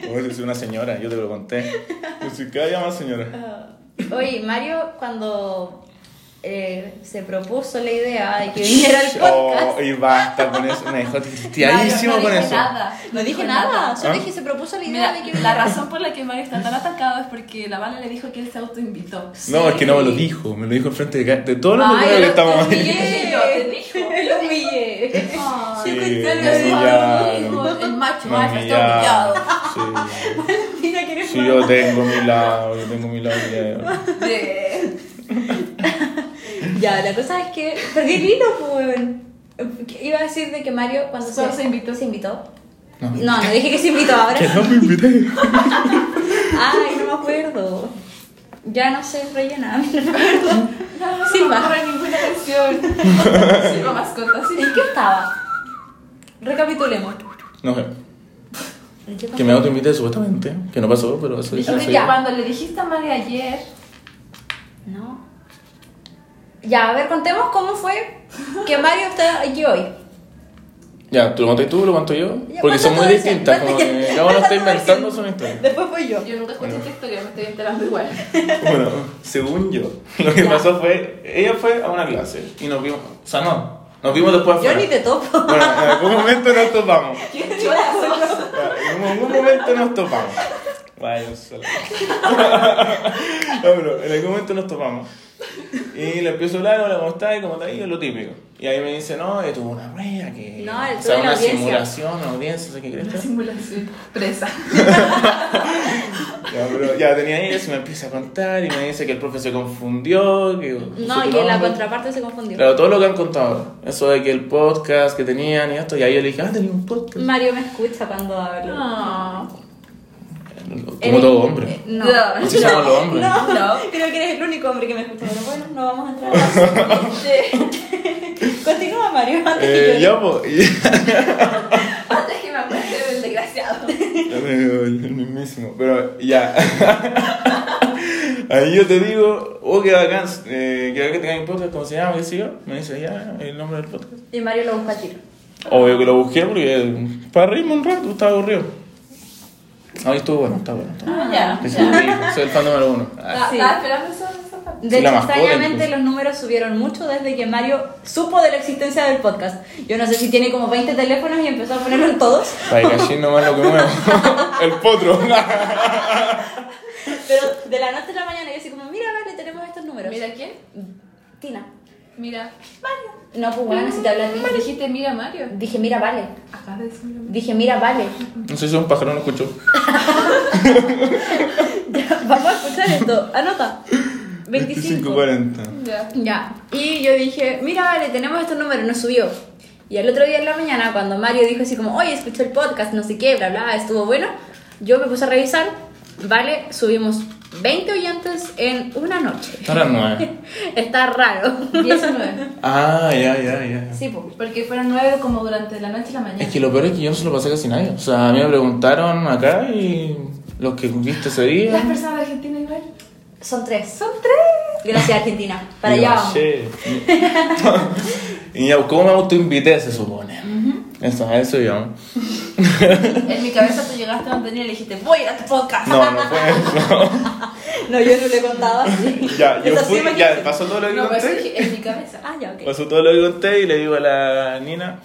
Speaker 3: Como si soy una señora, yo te lo conté. Yo soy cada día más señora.
Speaker 1: Oye, Mario, cuando eh, se propuso la idea de que viniera al
Speaker 3: Oh,
Speaker 1: podcast,
Speaker 3: y basta con eso. Me dejó
Speaker 2: Mario,
Speaker 3: tristeadísimo
Speaker 2: no
Speaker 3: con
Speaker 2: dije
Speaker 3: eso.
Speaker 2: Nada,
Speaker 1: no dije nada, solo
Speaker 3: ¿Ah?
Speaker 1: dije se propuso la idea
Speaker 2: Mira,
Speaker 1: de que
Speaker 2: la
Speaker 1: viniera.
Speaker 2: razón por la que Mario está tan atacado es porque la Vale le dijo que él se autoinvitó.
Speaker 3: No, es que no me lo
Speaker 1: Sí.
Speaker 3: dijo. Me lo dijo enfrente de, ca- de todos los
Speaker 1: Ay,
Speaker 3: lugares que
Speaker 1: lo
Speaker 3: estamos
Speaker 1: confío.
Speaker 3: ahí.
Speaker 2: Sí, yo te dijo.
Speaker 1: Lo humillé.
Speaker 2: Ay,
Speaker 3: Sí,
Speaker 2: te
Speaker 3: me humillaron.
Speaker 2: El macho
Speaker 3: Me
Speaker 2: alfa está humillado.
Speaker 3: humillaron. Sí.
Speaker 1: Mira que eres
Speaker 3: Sí, yo tengo mi lado, yo tengo mi lado. ya.
Speaker 2: De-
Speaker 1: malo. Ya, la cosa es que perdí el hilo, pues. Iba a decir de que Mario cuando
Speaker 2: Solo se invitó.
Speaker 1: se invitó.
Speaker 3: No.
Speaker 1: No, no dije que se invitó ahora.
Speaker 3: Que no me invité.
Speaker 1: Ay, no me acuerdo. Ya no sé rellenar. No me acuerdo.
Speaker 2: No, no
Speaker 1: Sí,
Speaker 2: se me
Speaker 1: va.
Speaker 2: ocurre ninguna canción. Silva mascota, sí.
Speaker 1: ¿En qué estaba? Recapitulemos.
Speaker 3: No sé. Que me autoinvité supuestamente. Que no pasó, pero eso
Speaker 2: Dijiste
Speaker 3: eso
Speaker 2: que
Speaker 1: ya.
Speaker 2: cuando le dijiste a Mario ayer,
Speaker 1: No. Ya, a ver, contemos cómo fue que Mario está aquí hoy.
Speaker 3: Ya, tú lo conté tú, lo cuento yo.
Speaker 1: Ya,
Speaker 3: Porque son
Speaker 1: cuenta
Speaker 3: muy
Speaker 1: tu versión,
Speaker 3: distintas. Como
Speaker 1: cuenta-
Speaker 3: que cada uno
Speaker 1: cuenta
Speaker 3: está
Speaker 1: tu
Speaker 3: inventando
Speaker 1: versión.
Speaker 3: su historia.
Speaker 1: Después fui yo.
Speaker 2: yo nunca escuché esta historia, me estoy enterando igual.
Speaker 3: Bueno, según yo, lo que
Speaker 1: Ya.
Speaker 3: pasó fue. Ella fue a una clase y nos vimos. O sea, no. Nos vimos después
Speaker 1: Yo
Speaker 3: afuera.
Speaker 1: ni te topo.
Speaker 3: Bueno, en algún momento nos topamos.
Speaker 2: Yo la sola.
Speaker 3: Ya, En algún momento nos topamos. Vaya, sola. No, pero en algún momento nos topamos. Y le empiezo a hablar, hola, ¿cómo estás? Y como está ahí, lo típico. Y ahí me dice, no, eh, tuve una prueba que.
Speaker 1: No, él
Speaker 3: o
Speaker 1: tuvo
Speaker 3: sea,
Speaker 1: una
Speaker 3: una
Speaker 1: audiencia.
Speaker 3: simulación, una audiencia, no sé qué crees.
Speaker 2: Una simulación. Presa.
Speaker 3: Ya, pero ya tenía ahí, se me empieza a contar y me dice que el profe se confundió. Que,
Speaker 1: No,
Speaker 3: sé
Speaker 1: y
Speaker 3: qué
Speaker 1: en la
Speaker 3: onda.
Speaker 1: contraparte se confundió.
Speaker 3: Claro, todo lo que han contado ahora. Eso de que el podcast que tenían y esto. Y ahí yo le dije, ah, tenía un podcast.
Speaker 1: Mario me escucha cuando hablo.
Speaker 2: No.
Speaker 3: Como todo hombre.
Speaker 1: Eh, No.
Speaker 2: No.
Speaker 3: Así somos los hombres.
Speaker 1: Mm. No,
Speaker 2: No.
Speaker 1: creo que eres el único hombre que me escucha. Pero bueno, no vamos a entrar a
Speaker 2: Este.
Speaker 1: eso. Continúa, Mario. Antes
Speaker 3: Eh,
Speaker 1: que yo.
Speaker 3: ya, po, y-
Speaker 2: Antes que me acuerde del desgraciado.
Speaker 3: El mismísimo, pero ya. Ahí yo te digo, oh, qué bacán, eh, qué bacán que tengan podcast, ¿cómo se llama? ¿Qué sé yo? Me dice ya el nombre del podcast.
Speaker 1: Y Mario lo busca a tiro.
Speaker 3: Obvio que lo busqué porque eh, para reírme un rato estaba aburrido. Ahí estuvo bueno, está bueno. Está bueno.
Speaker 2: Ah, ya.
Speaker 3: Que sí, sí, Soy el fan número uno. Ah,
Speaker 2: Estaba
Speaker 1: Sí.
Speaker 2: estaba esperando eso- eso para-
Speaker 1: De
Speaker 3: Sí, la
Speaker 1: hecho,
Speaker 3: mascota,
Speaker 1: extrañamente
Speaker 3: incluso.
Speaker 1: los números subieron mucho desde que Mario supo de la existencia del podcast. Yo no sé si tiene como 20 teléfonos y empezó a ponerlo en todos,
Speaker 3: Para que allí nomás lo que muevo. el potro.
Speaker 1: pero de la noche a la mañana yo así como, mira, vale, tenemos estos números.
Speaker 2: Mira quién.
Speaker 1: Tina.
Speaker 2: Mira.
Speaker 1: No, pues bueno, si te hablan
Speaker 2: Mario. Dijiste, mira Mario.
Speaker 1: Dije, mira, vale.
Speaker 2: Acá de decirlo.
Speaker 1: Dije, mira, vale.
Speaker 3: No sé si un pájaro no escuchó.
Speaker 1: Ya, vamos a escuchar esto. Anota. 25.
Speaker 3: 40.
Speaker 2: Ya.
Speaker 1: Ya. Y yo dije, mira, vale, tenemos estos números, nos subió. Y al otro día en la mañana, cuando Mario dijo así como, oye, escuché el podcast, no sé qué, bla, bla, estuvo bueno, yo me puse a revisar, vale, subimos 20 oyentes en una noche.
Speaker 3: Ahora nueve.
Speaker 1: Está raro.
Speaker 2: 19.
Speaker 3: Ah, ya, ya, ya.
Speaker 1: Sí, po.
Speaker 2: Porque fueron 9 como durante la noche y la mañana.
Speaker 3: Es que lo peor es que yo no se lo pasé a casi nadie. O sea, a mí me preguntaron acá y los que viste ese
Speaker 2: Las
Speaker 3: día.
Speaker 2: personas de Argentina igual.
Speaker 1: Son tres.
Speaker 2: Son tres.
Speaker 1: Gracias, Argentina. Para
Speaker 3: Y yo,
Speaker 1: allá vamos.
Speaker 3: "Che". y ya, ¿cómo me autoinvité? Se supone. Eso, a eso yo.
Speaker 2: En mi cabeza tú llegaste a Antonio y le dijiste, voy a ir a tu podcast.
Speaker 3: No, no fue eso.
Speaker 1: No, yo no le contaba.
Speaker 3: ya, yo
Speaker 1: Eso sí
Speaker 3: fui,
Speaker 1: me
Speaker 3: ya,
Speaker 1: dicen.
Speaker 3: pasó todo lo que
Speaker 2: No, pero eso
Speaker 3: conté. Pues,
Speaker 2: dije, en mi cabeza.
Speaker 1: Ah, ya, ok.
Speaker 3: Pasó todo lo que conté y le digo a la Nina,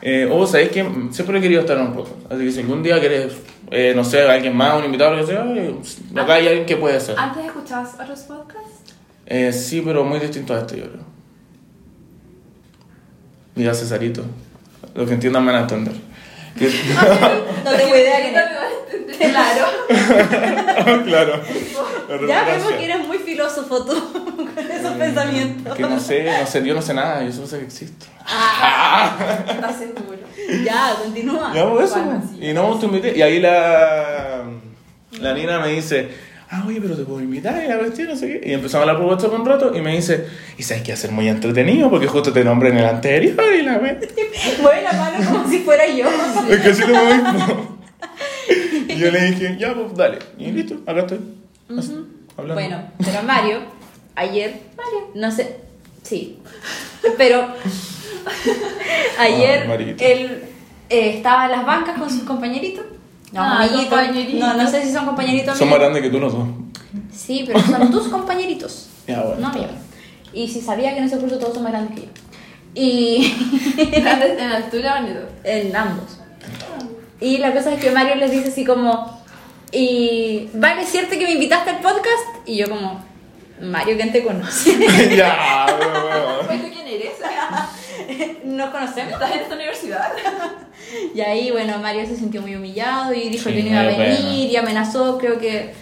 Speaker 3: eh, oh, ¿sabéis que siempre he querido estar en un podcast? Así que si algún día querés, eh, no sé, alguien más, un invitado, lo que sea, eh, acá hay alguien que puede hacer.
Speaker 2: ¿Antes escuchabas otros podcasts?
Speaker 3: Eh, sí, pero muy distinto a este, yo creo. Mira, Cesarito. Los que entiendan van a entender. Que-
Speaker 1: No tengo idea quién es.
Speaker 2: Claro.
Speaker 3: claro.
Speaker 1: Ya vemos que eres muy filósofo tú con esos
Speaker 3: Mm,
Speaker 1: pensamientos.
Speaker 3: Que no sé, no sé, yo no sé nada, yo solo sé que existo.
Speaker 1: Ah,
Speaker 2: Estás seguro.
Speaker 1: Ya, continúa.
Speaker 3: Y hago pues, eso,
Speaker 2: bueno,
Speaker 3: po.
Speaker 2: sí.
Speaker 3: y no te invité. Y ahí la,
Speaker 1: Mm.
Speaker 3: la nina me dice, ah, oye, pero te puedo invitar y la cuestión, no sé qué. Y empezamos a hablar por WhatsApp un rato y me dice, y sabes que va a ser muy entretenido porque justo te nombré en el anterior y la ve.
Speaker 1: Mueve la mano como si fuera yo.
Speaker 3: Es que así como mismo. Y yo le dije, ya, pues dale. Y listo, acá estoy. Así, hablando.
Speaker 1: Bueno, pero Mario, ayer, Mario, no sé, sí, pero
Speaker 3: Ay,
Speaker 1: ayer
Speaker 3: Ah, Marito.
Speaker 1: él eh, estaba en las bancas con sus compañeritos. No,
Speaker 2: Ah,
Speaker 1: amiguitos.
Speaker 2: compañeritos.
Speaker 1: no, no sé si son compañeritos.
Speaker 3: Son más
Speaker 1: amigos.
Speaker 3: grandes que tú los dos.
Speaker 1: Sí, pero son tus compañeritos.
Speaker 3: Ya, Ah, bueno.
Speaker 1: No
Speaker 3: está
Speaker 1: míos.
Speaker 3: bien.
Speaker 1: Y si sabía que en ese curso todos son más grandes que yo. Y
Speaker 2: Antes en altura bonito.
Speaker 1: En ambos. Y la cosa es que Mario les dice así como, y vale, ¿es cierto que me invitaste al podcast? Y yo como, Mario, ¿quién te conoce?
Speaker 3: ya, bueno, bueno.
Speaker 2: Pues tú quién eres?
Speaker 1: Nos conocemos.
Speaker 2: ¿Estás en esta universidad?
Speaker 1: Y ahí, bueno, Mario se sintió muy humillado y dijo
Speaker 3: Sí,
Speaker 1: que no iba a
Speaker 3: muy
Speaker 1: venir
Speaker 3: bueno.
Speaker 1: y amenazó, creo que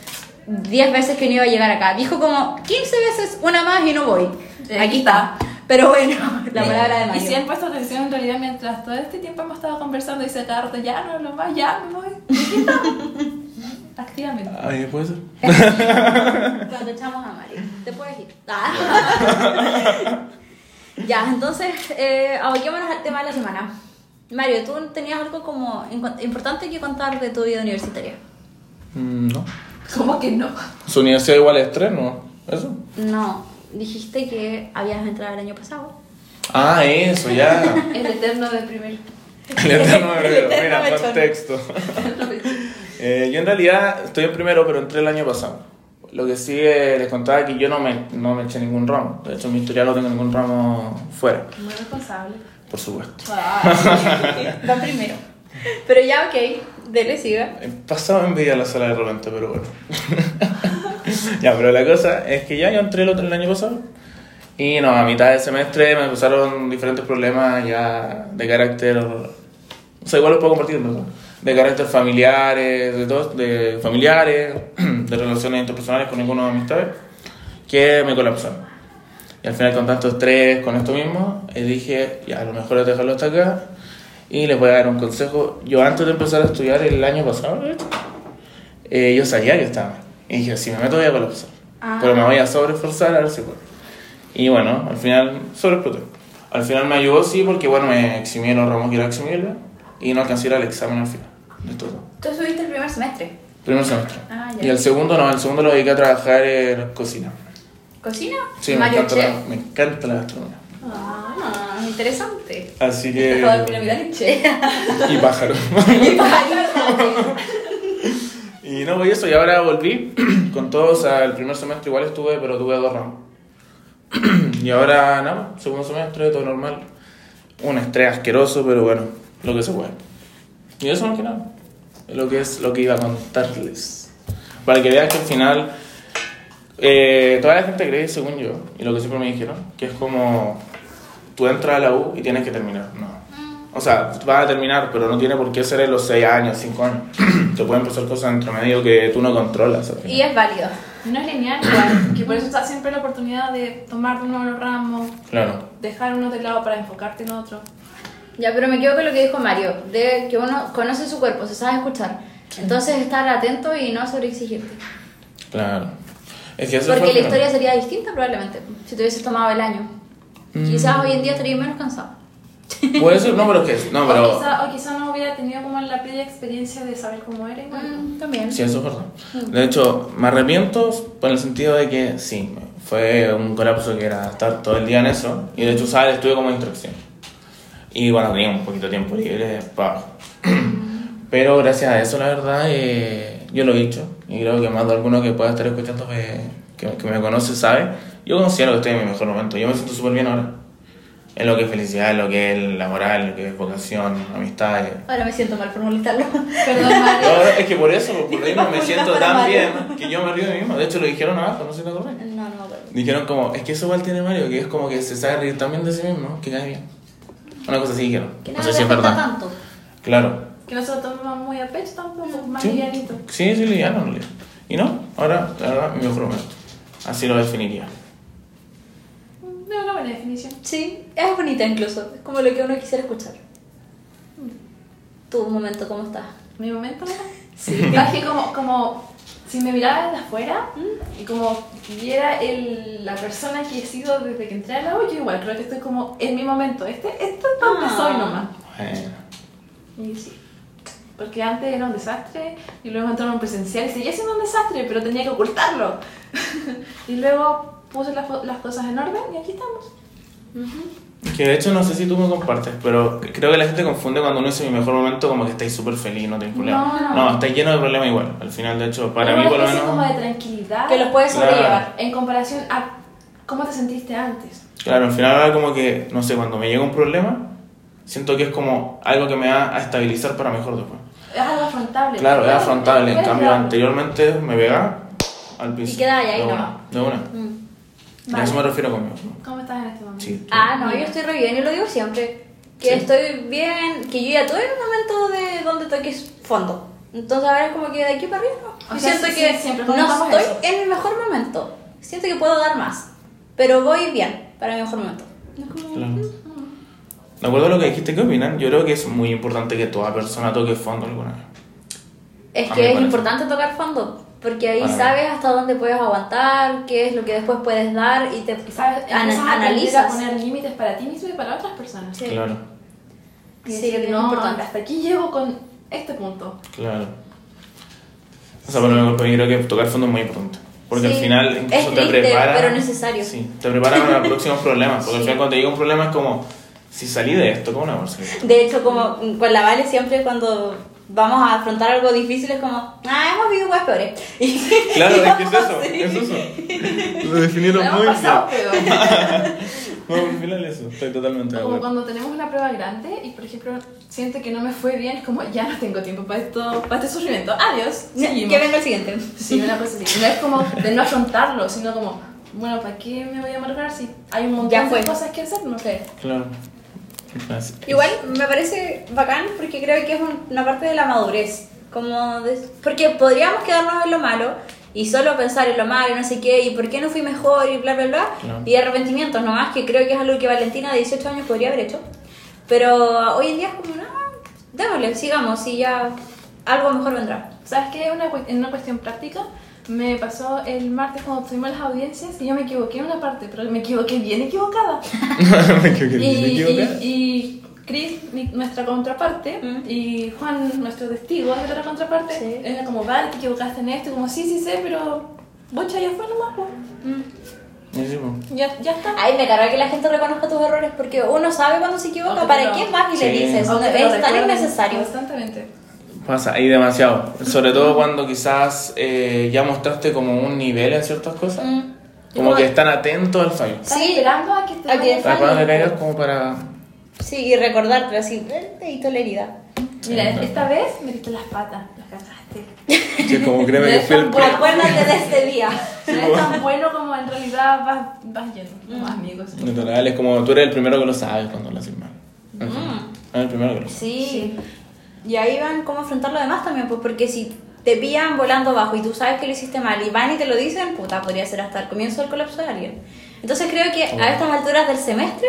Speaker 1: 10 veces que no iba a llegar acá. Dijo como 15 veces, una más y no voy.
Speaker 2: Eh,
Speaker 1: Aquí está. Pero bueno, la
Speaker 3: Bien.
Speaker 1: palabra de
Speaker 2: Y si
Speaker 1: Mario.
Speaker 2: han puesto atención en realidad mientras todo este tiempo hemos estado conversando y se cada rato, ya no hablo más, ya me voy. Aquí está. Actívame.
Speaker 3: Ay, ¿puede ser?
Speaker 1: Cuando echamos a Mario, te puedes ir. Ah. ya, entonces, eh, aboquémonos al tema de la semana. Mario, tú tenías algo como inco- importante que contar de tu vida universitaria.
Speaker 3: Mm, No.
Speaker 2: ¿Cómo que no?
Speaker 3: Su universidad igual es estreno, ¿eso?
Speaker 1: No, dijiste que habías entrado el año pasado.
Speaker 3: Ah, eso, ya.
Speaker 2: El eterno de primer.
Speaker 3: El eterno hebreo.
Speaker 1: eterno
Speaker 3: Mira,
Speaker 1: mechón.
Speaker 3: contexto. Eh, yo en realidad estoy en primero, pero entré el año pasado. Lo que sí eh, les contaba que yo no me, no me eché ningún ramo. De hecho, en mi historial no tengo ningún ramo fuera,
Speaker 2: Muy responsable.
Speaker 3: por supuesto.
Speaker 1: Va primero. Pero ya, ok, dele, siga.
Speaker 3: He pasado envidia a la sala de repente, pero bueno. ya, pero la cosa es que ya yo entré el, otro, el año pasado. Y no, a mitad de semestre me empezaron diferentes problemas ya de carácter. O sea, igual los puedo compartir, ¿no? De carácter familiares, de todo, de familiares, de relaciones interpersonales con ninguno de amistades, que me colapsaron. Y al final, con tanto estrés, con esto mismo, eh, dije, ya, lo mejor es dejarlo hasta acá. Y les voy a dar un consejo. Yo antes de empezar a estudiar el año pasado, de hecho, eh, yo sabía que estaba mal. Y dije, si me meto voy a colapsar.
Speaker 1: Ah.
Speaker 3: Pero me voy a sobreesforzar a ver si puedo. Y bueno, al final sobreexploté. Al final me ayudó, sí, porque bueno, me eximí en los ramos que era eximible y no alcancé a ir al examen al final. De todo.
Speaker 1: Tú estuviste el primer semestre.
Speaker 3: Primer semestre.
Speaker 1: Ah, ya.
Speaker 3: y el segundo no, el segundo lo dediqué a trabajar en cocina.
Speaker 1: ¿Cocina?
Speaker 3: Sí, me
Speaker 1: Mario
Speaker 3: encanta,
Speaker 1: Chef.
Speaker 3: la, me encanta la gastronomía.
Speaker 1: Ah, interesante.
Speaker 3: Así que.
Speaker 2: Pescador piramidal y che.
Speaker 3: Y pájaro. y no, pues y eso, y ahora volví con todos al primer semestre, igual estuve, pero tuve dos ramos. y ahora, nada, segundo semestre, todo normal. Un estrés asqueroso, pero bueno, lo que se puede. Y eso más que nada, es lo que es lo que iba a contarles. Para que vean que al final, eh, toda la gente cree, según yo, y lo que siempre me dijeron, que es como tú entras a la U y tienes que terminar. No. O sea, vas a terminar, pero no tiene por qué ser en los 6 años, 5 años. Te pueden pasar cosas entre medio que tú no controlas. al final.
Speaker 1: Y es válido.
Speaker 2: No es lineal, igual, que por eso está siempre la oportunidad de tomar de uno los ramos,
Speaker 3: Claro.
Speaker 2: dejar uno de lado para enfocarte en otro.
Speaker 1: Ya, pero me quedo con lo que dijo Mario, de que uno conoce su cuerpo, se sabe escuchar. Entonces estar atento y no sobreexigirte.
Speaker 3: Claro. Es que eso fue
Speaker 1: Porque la
Speaker 3: lo que-
Speaker 1: historia sería distinta probablemente si te hubieses tomado el año.
Speaker 3: Mm.
Speaker 1: Quizás hoy en día estarías menos cansado.
Speaker 3: Puede ser, no, pero es que. No,
Speaker 2: O
Speaker 3: pero.
Speaker 2: quizá, o quizá no hubiera tenido como la previa experiencia de saber cómo era igual.
Speaker 1: Mm, también.
Speaker 3: Sí, eso es verdad. De hecho, me arrepiento por el sentido de que sí, fue un colapso que era estar todo el día en eso. Y de hecho, usaba el estudio como instrucción. Y bueno, tenía un poquito de tiempo libre para. Pero gracias a eso, la verdad, eh, yo lo he dicho. Y creo que más de alguno que pueda estar escuchando que, que- que me conoce sabe. Yo considero que estoy en mi mejor momento. Yo me siento súper bien ahora. En lo que es felicidad, en lo que es laboral, en lo que es vocación, amistad. eh,
Speaker 1: Ahora me siento mal por molestarlo.
Speaker 2: Perdón, Mario.
Speaker 3: no, no, es que por eso, por lo mismo me siento
Speaker 1: Disculpa,
Speaker 3: tan
Speaker 1: Mario.
Speaker 3: bien que yo me río de mí mismo. De hecho, lo dijeron abajo, no sé si te acordás.
Speaker 1: No, no, pero...
Speaker 3: Dijeron como, es que eso igual tiene Mario, que es como que se sabe reír también de sí mismo, que cae bien. Una cosa así dijeron.
Speaker 1: Que
Speaker 3: No
Speaker 1: nada
Speaker 3: sé
Speaker 1: te
Speaker 3: si es
Speaker 1: afecta
Speaker 3: verdad.
Speaker 1: tanto.
Speaker 3: Claro.
Speaker 2: Que no se lo toman muy a pecho tampoco, más
Speaker 3: Sí,
Speaker 2: livianito.
Speaker 3: sí, sí, liviano, no liviano. Y no, ahora, la verdad, mi mejor momento. Así lo definiría.
Speaker 2: Mm, Es una buena definición.
Speaker 1: Sí, es bonita incluso. Es como lo que uno quisiera escuchar. Tu momento, ¿cómo estás?
Speaker 2: Mi momento. Sí. Es que como, como si me mirara desde afuera y como viera el, la persona que he sido desde que entré a la U, yo igual creo que estoy como en mi momento. Este, esto es donde
Speaker 1: Ah.
Speaker 2: soy nomás.
Speaker 3: Bueno.
Speaker 2: Y sí. Porque antes era un desastre y luego entró en un presencial y seguía siendo un desastre, pero tenía que ocultarlo. y luego puse las, fo- las cosas en orden y aquí estamos.
Speaker 3: Que de hecho no sé si tú me compartes, pero creo que la gente confunde cuando uno dice mi mejor momento como que estáis súper feliz, no tenéis problema.
Speaker 2: No, no.
Speaker 3: estáis lleno de problemas igual. Al final, de hecho, para
Speaker 2: Era
Speaker 3: mí
Speaker 2: una
Speaker 3: por lo
Speaker 2: especie como de
Speaker 3: menos...
Speaker 2: tranquilidad
Speaker 1: Que los puedes
Speaker 3: Claro.
Speaker 1: sobrellevar.
Speaker 2: en comparación a cómo te sentiste antes.
Speaker 3: Claro, al final ahora como que, no sé, cuando me llega un problema, siento que es como algo que me va a estabilizar para mejor después.
Speaker 2: Es algo afrontable.
Speaker 3: Claro, es
Speaker 2: Puedes-
Speaker 3: afrontable, en
Speaker 2: puedes
Speaker 3: cambio
Speaker 2: llevarlo.
Speaker 3: anteriormente me pegaba al piso.
Speaker 1: queda ahí, ahí
Speaker 3: de una,
Speaker 1: nomás.
Speaker 3: de una.
Speaker 1: Mm.
Speaker 3: A
Speaker 2: Vale.
Speaker 3: eso me refiero conmigo.
Speaker 2: ¿Cómo estás en este momento?
Speaker 3: Sí.
Speaker 1: Ah, no, yo estoy re bien, yo lo digo siempre. Que
Speaker 3: Sí.
Speaker 1: estoy bien, que yo ya tuve un momento de donde toques fondo. Entonces ahora es como que de aquí para arriba.
Speaker 2: O
Speaker 1: Yo
Speaker 2: sea,
Speaker 1: siento
Speaker 2: sí,
Speaker 1: que
Speaker 2: sí, siempre
Speaker 1: no
Speaker 2: comentamos
Speaker 1: estoy
Speaker 2: eso.
Speaker 1: en mi mejor momento. Siento que puedo dar más. Pero voy bien para mi mejor momento.
Speaker 3: Claro. De acuerdo a lo que dijiste, ¿qué opinan? Yo creo que es muy importante que toda persona toque fondo alguna vez.
Speaker 1: Es
Speaker 3: A mí
Speaker 1: que
Speaker 3: me
Speaker 1: es
Speaker 3: parece.
Speaker 1: importante tocar fondo. Porque ahí
Speaker 3: Para mí.
Speaker 1: sabes hasta dónde puedes aguantar, qué es lo que después puedes dar y te
Speaker 2: Y sabes,
Speaker 1: ana-
Speaker 2: empiezas a aprender a
Speaker 1: analizas.
Speaker 2: poner límites para ti mismo y para otras personas.
Speaker 1: Sí.
Speaker 3: Claro,
Speaker 2: Y
Speaker 1: Sí,
Speaker 2: decir,
Speaker 1: es
Speaker 2: no,
Speaker 1: importante.
Speaker 2: hasta aquí llego con este punto.
Speaker 3: claro. O sea, por lo menos para mí creo que tocar fondo es muy importante. Porque al
Speaker 1: Sí.
Speaker 3: final incluso
Speaker 1: Es
Speaker 3: te
Speaker 1: triste,
Speaker 3: prepara.
Speaker 1: pero necesario.
Speaker 3: Sí, te prepara para los próximos problemas. Porque al final cuando te llega un problema es como, si salí de esto, ¿cómo no voy a salir?
Speaker 1: De hecho, como con la Vale siempre cuando vamos a afrontar algo difícil es como, ah, hemos vivido cosas peores. Y-
Speaker 3: Claro,
Speaker 1: y
Speaker 3: es que es
Speaker 1: vamos
Speaker 3: eso,
Speaker 1: así.
Speaker 3: es eso. Lo definieron
Speaker 2: Hemos
Speaker 3: muy
Speaker 2: pasado,
Speaker 3: bien.
Speaker 2: pero-
Speaker 3: No, al final eso, estoy totalmente de
Speaker 2: Como
Speaker 3: acuerdo.
Speaker 2: cuando tenemos una prueba grande y, por ejemplo, siento que no me fue bien, es como ya no tengo tiempo para, esto, para este sufrimiento. Adiós. seguimos.
Speaker 1: Que venga el siguiente.
Speaker 2: Sí, una cosa así. No es como de no afrontarlo, sino como, bueno, ¿para qué me voy a amargar si hay un montón
Speaker 1: Ya fue.
Speaker 2: de cosas que hacer? No sé.
Speaker 3: Claro. Así es.
Speaker 1: Igual me parece bacán porque creo que es un- una parte de la madurez. Como de- porque podríamos quedarnos en lo malo y solo pensar en lo malo y no sé qué, y por qué no fui mejor y bla, bla, bla.
Speaker 3: Claro.
Speaker 1: Y arrepentimientos nomás, que creo que es algo que Valentina de 18 años podría haber hecho. Pero hoy en día es como, no, démosle, sigamos y ya algo mejor vendrá.
Speaker 2: ¿Sabes qué? Una, cue- en una cuestión práctica, me pasó el martes cuando tuvimos las audiencias y yo me equivoqué en una parte, pero me equivoqué bien equivocada.
Speaker 3: Me equivoqué,
Speaker 2: Y,
Speaker 3: me equivoqué.
Speaker 2: y, y Chris, mi- nuestra contraparte,
Speaker 1: Mm.
Speaker 2: y Juan, nuestro testigo de la contraparte,
Speaker 1: Sí.
Speaker 2: era como, vale, te equivocaste en esto, y como, sí, sí sé, pero bocha ya fue nomás, pues.
Speaker 3: Y sí, po.
Speaker 2: ya, ya está.
Speaker 1: Ay, me carga que la gente reconozca tus errores porque uno sabe cuando se equivoca.
Speaker 2: Aunque
Speaker 1: ¿Para
Speaker 2: no.
Speaker 1: qué más y le
Speaker 3: Sí.
Speaker 1: dices?
Speaker 2: Aunque lo
Speaker 1: es tan
Speaker 2: recuerden
Speaker 1: innecesario.
Speaker 2: Constantemente.
Speaker 3: Pasa, hay demasiado. Sobre todo cuando quizás eh, ya mostraste como un nivel en ciertas cosas.
Speaker 1: Mm.
Speaker 3: Como que están atentos al fallo.
Speaker 2: Estás
Speaker 1: Sí.
Speaker 2: esperando a que te
Speaker 1: A que-
Speaker 2: vaya el
Speaker 3: Para cuando
Speaker 2: fallo.
Speaker 3: le caigas como para...
Speaker 1: Sí, y recordarte así, eh, te hizo la herida.
Speaker 2: Mira, esta vez me diste las patas, las cazaste.
Speaker 3: Sí, como créeme que fue el...
Speaker 2: Bueno.
Speaker 1: Acuérdate de este día.
Speaker 2: No es tan bueno como en realidad vas, vas yendo,
Speaker 1: Mm.
Speaker 2: como amigos.
Speaker 3: Literal, es como tú eres el primero que lo sabes cuando lo haces mal. En fin,
Speaker 1: Mm.
Speaker 3: Eres el primero que lo sabes.
Speaker 1: Sí. Y ahí van cómo afrontar lo demás también, pues porque si te pillan volando abajo y tú sabes que lo hiciste mal y van y te lo dicen, puta, podría ser hasta el comienzo del colapso de alguien. Entonces creo que
Speaker 3: Oh.
Speaker 1: a estas alturas del semestre,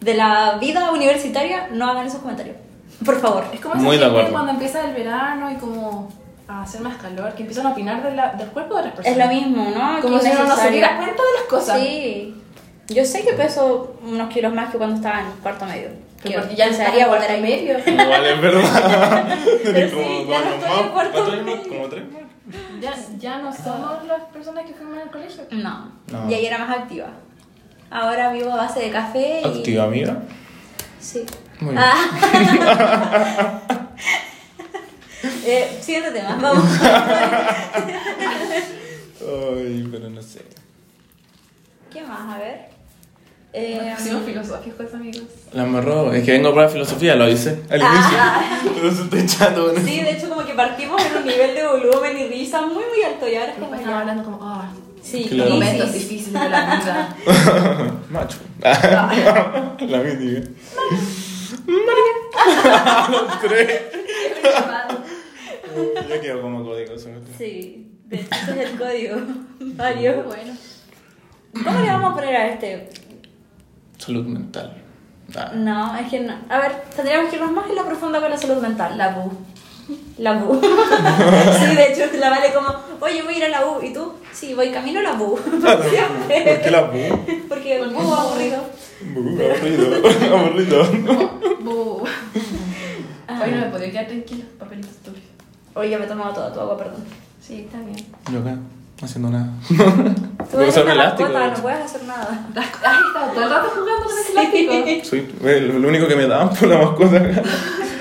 Speaker 1: de la vida universitaria, no hagan esos comentarios. Por favor.
Speaker 2: Es como
Speaker 3: Muy
Speaker 2: se
Speaker 3: de
Speaker 2: siente
Speaker 3: acuerdo.
Speaker 2: cuando empieza el verano y como a hacer más calor, que empiezan a opinar de la- del cuerpo de las
Speaker 1: Es
Speaker 2: personas.
Speaker 1: lo mismo, ¿no?
Speaker 2: Como
Speaker 1: Que
Speaker 2: si uno no se
Speaker 1: innecesario.
Speaker 2: diera cuenta de las cosas.
Speaker 1: Sí. Yo sé que peso unos kilos más que cuando estaba en cuarto medio.
Speaker 2: Que
Speaker 1: Que
Speaker 2: porque ya
Speaker 1: se
Speaker 2: estás
Speaker 1: haría
Speaker 2: en
Speaker 1: volver
Speaker 2: cuarto
Speaker 1: ahí.
Speaker 2: medio.
Speaker 3: Igual es verdad.
Speaker 1: Pero sí,
Speaker 3: como,
Speaker 1: ya no
Speaker 3: como-
Speaker 1: estoy en cuarto
Speaker 3: ¿cuántos años?
Speaker 1: medio.
Speaker 3: ¿Como tres?
Speaker 2: Ya, ya no somos las personas que fuimos al colegio.
Speaker 1: No.
Speaker 3: No.
Speaker 1: Y ahí era más activa. Ahora vivo a base de café y.
Speaker 3: Activa, amiga.
Speaker 1: Sí.
Speaker 3: Muy bien.
Speaker 1: Ah. Eh, siguiente tema, vamos.
Speaker 3: Ay, pero no sé.
Speaker 1: ¿Qué más? A ver. Eh,
Speaker 2: Hicimos filosóficos, amigos.
Speaker 3: La embarró. Es que vengo para la filosofía, lo hice al
Speaker 1: Ah.
Speaker 3: inicio. Entonces estoy chato con
Speaker 1: sí, de hecho, como que partimos en un nivel de volumen y risa muy, muy alto. Y ahora es como.
Speaker 2: Estamos
Speaker 1: ya-
Speaker 2: hablando como, ah,
Speaker 1: Sí,
Speaker 3: Claro.
Speaker 2: momentos
Speaker 1: crisis.
Speaker 2: difíciles de la vida.
Speaker 3: eso. Macho. la mítica. Los tres. Ya quedó como código eso.
Speaker 1: Sí, de hecho, ese es el código. Mario.
Speaker 2: bueno.
Speaker 1: ¿Cómo le vamos a poner a este?
Speaker 3: Salud mental. Ah.
Speaker 1: No, es que no. A ver, tendríamos que irnos más en la profunda con la salud mental.
Speaker 2: La bu.
Speaker 1: La BU. sí, de hecho, la vale como, oye, voy a ir a la U. ¿Y tú? Sí, voy camino a la BU.
Speaker 3: ¿Por qué
Speaker 1: Siempre.
Speaker 3: la bu?
Speaker 1: Porque el BU aburrido.
Speaker 3: Bu, aburrido. aburrido.
Speaker 2: Bu. Hoy no me podía quedar tranquila, papelitos turbios.
Speaker 1: Oye, me he tomado toda tu agua, perdón.
Speaker 2: Sí, está bien.
Speaker 3: Yo acá, no haciendo nada.
Speaker 1: Tú
Speaker 3: Voy a
Speaker 1: eres
Speaker 3: usar un
Speaker 1: una
Speaker 3: elástico.
Speaker 1: mascota,
Speaker 3: de
Speaker 1: no
Speaker 3: hecho.
Speaker 1: puedes hacer nada.
Speaker 2: Has estado todo el rato jugando con ese plástico.
Speaker 3: Soy el, lo único que me daban por la mascota.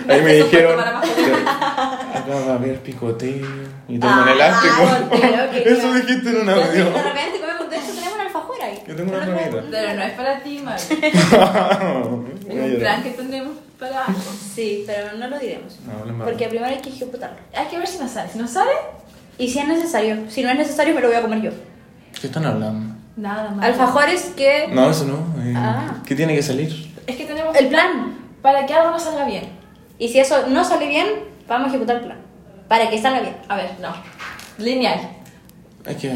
Speaker 3: Ahí
Speaker 2: Este
Speaker 3: me
Speaker 2: es un
Speaker 3: dijeron.
Speaker 2: puesto para
Speaker 3: Acá va a haber picoteo y tengo un
Speaker 1: Ah,
Speaker 3: elástico.
Speaker 1: volteo, que
Speaker 3: Eso
Speaker 1: iba.
Speaker 3: dijiste en un
Speaker 1: Yo sí,
Speaker 3: audio.
Speaker 1: de repente comemos, de hecho, tenemos una alfajor ahí.
Speaker 3: Yo tengo una
Speaker 1: No lo puedo-
Speaker 3: alfajorita.
Speaker 2: Pero no es para ti, Mari. Es
Speaker 3: Voy a
Speaker 2: un plan
Speaker 3: llorar.
Speaker 2: que tendremos para algo.
Speaker 1: Sí, pero no lo diremos.
Speaker 3: No, hablen más.
Speaker 1: Porque primero hay que ejecutarlo.
Speaker 2: Hay que ver si nos sale. Si no sale,
Speaker 1: Y si es necesario. Si no es necesario, me lo voy a comer yo.
Speaker 3: ¿Qué están hablando?
Speaker 2: nada más.
Speaker 1: Alfajores que...
Speaker 3: No, eso no. eh,
Speaker 1: Ah.
Speaker 3: ¿Qué tiene que salir?
Speaker 2: Es que tenemos
Speaker 1: El plan.
Speaker 2: para que algo nos salga bien.
Speaker 1: Y si eso no sale bien, vamos a ejecutar el plan. Para que salga bien.
Speaker 2: A ver, no. Lineal.
Speaker 3: Es que.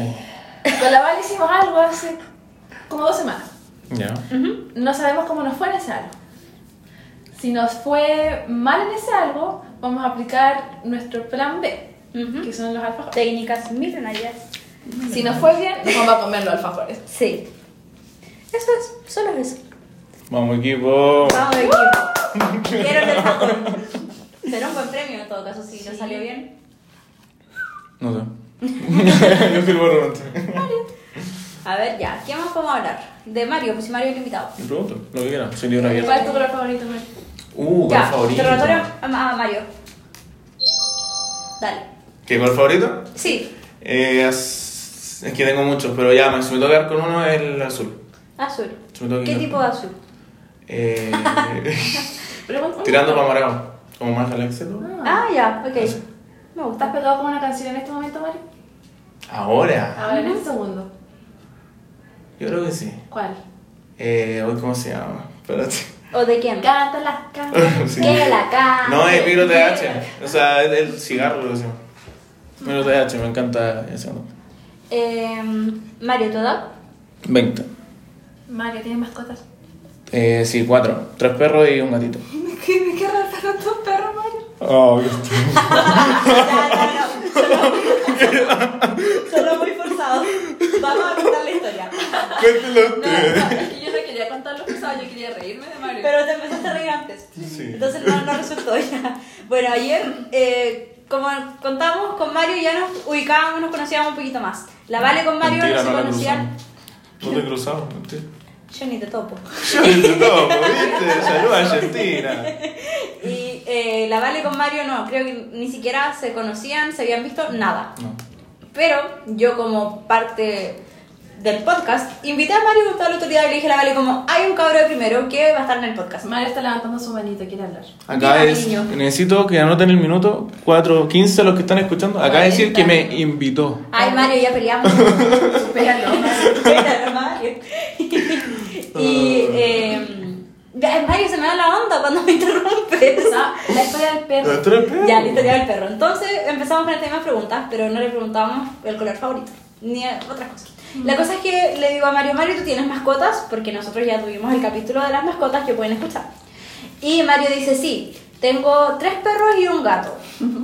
Speaker 2: Con la Val hicimos algo hace como dos semanas.
Speaker 3: Ya.
Speaker 2: No sabemos cómo nos fue en ese algo. Si nos fue mal en ese algo, vamos a aplicar nuestro plan B,
Speaker 1: Ujú.
Speaker 2: que son los alfajores.
Speaker 1: Técnicas millonarias.
Speaker 2: Si nos fue bien, nos vamos a comer los alfajores.
Speaker 1: Sí. Eso es, solo eso.
Speaker 3: Vamos, equipo.
Speaker 1: Vamos de equipo. Vieron el jabón. Será un buen premio en todo caso si no salió bien.
Speaker 3: No sé. Yo fui el borrón.
Speaker 1: A ver ya, ¿qué más podemos hablar? De Mario, pues si Mario es el invitado.
Speaker 3: Me pregunto, lo que quieran. Soy libro abierto.
Speaker 2: ¿Cuál es tu color favorito, Mari?
Speaker 3: Uh, ¿cuál
Speaker 1: ya,
Speaker 3: favorito?
Speaker 1: te relatora a, a Mario. Dale.
Speaker 3: ¿Qué gol favorito?
Speaker 1: Sí,
Speaker 3: Eh, es, es que tengo muchos, pero ya, me- si me toca quedar con uno es el azul.
Speaker 1: azul.
Speaker 3: Si me toca
Speaker 1: ¿Qué
Speaker 3: quedar
Speaker 1: tipo
Speaker 3: con-
Speaker 1: de azul?
Speaker 3: Eh,
Speaker 2: Pregunta-
Speaker 3: tirando para morado, como más Alexa.
Speaker 1: Ah, ya, ok.
Speaker 3: Azul.
Speaker 1: Me
Speaker 2: ¿Estás
Speaker 1: gusta.
Speaker 2: pegado con una canción en este momento, Mari?
Speaker 1: Ah.
Speaker 3: Ahora,
Speaker 2: Ahora, en este segundo.
Speaker 3: yo creo que sí.
Speaker 2: ¿Cuál?
Speaker 3: Eh, hoy, ¿cómo se llama? Espérate.
Speaker 1: ¿O de quién?
Speaker 2: Canta las canciones.
Speaker 3: Sí.
Speaker 1: Que la cara.
Speaker 3: No, es micro TH. O sea, es el cigarro lo que se llama. Micro TH, me encanta ese nombre.
Speaker 1: Em, Mario, ¿tu edad?
Speaker 3: 20.
Speaker 2: Mario, ¿tienes mascotas?
Speaker 3: Eh, sí, cuatro. Tres perros y un gatito.
Speaker 2: ¿Qué, qué raro tus perros, Mario?
Speaker 3: Ay,
Speaker 4: Oh, qué estúpido.
Speaker 1: Solo muy forzado. Vamos a contar la historia.
Speaker 4: Cuéntelo
Speaker 2: No,
Speaker 4: usted.
Speaker 2: no, es que yo no quería contar los pesados, yo quería reírme de Mario.
Speaker 1: Pero te empezaste a reír antes.
Speaker 4: Sí.
Speaker 1: Entonces no, no resultó ya. Bueno, ayer, eh, como contamos con Mario, ya nos ubicábamos, nos conocíamos un poquito más. La Vale con Mario
Speaker 3: Mentira,
Speaker 1: no se
Speaker 3: la
Speaker 1: conocían.
Speaker 3: cruzamos. No te cruzamos, mentira.
Speaker 1: Yo ni te topo.
Speaker 3: Yo hice todo, ¿viste? Saludos Argentina.
Speaker 1: Y eh, la Vale con Mario no, creo que ni siquiera se conocían, se habían visto nada.
Speaker 3: No.
Speaker 1: Pero yo como parte del podcast, invité a Mario con toda la autoridad y le dije a la Vale como, hay un cabro de primero que va a estar en el podcast.
Speaker 2: Mario está levantando su manito, quiere hablar.
Speaker 3: Acá
Speaker 1: Diga,
Speaker 3: es,
Speaker 1: niño.
Speaker 3: necesito que anoten el minuto 4.15 los que están escuchando. Acá decir que me invitó.
Speaker 1: Ay, Mario, ya peleamos.
Speaker 2: Supéralo.
Speaker 1: Espéralo, Mario. y eh, ay, Mario se me da la onda cuando me interrumpes.
Speaker 2: Ah, La historia del
Speaker 3: ¿Pero
Speaker 2: perro.
Speaker 3: esto era el perro?
Speaker 1: Ya, la historia del perro. Entonces empezamos con el tema de preguntas, pero no le preguntábamos el color favorito, ni otras cosas. La cosa es que le digo a Mario, Mario, ¿tú tienes mascotas? Porque nosotros ya tuvimos el capítulo de las mascotas que pueden escuchar. Y Mario dice, sí, tengo tres perros y un gato.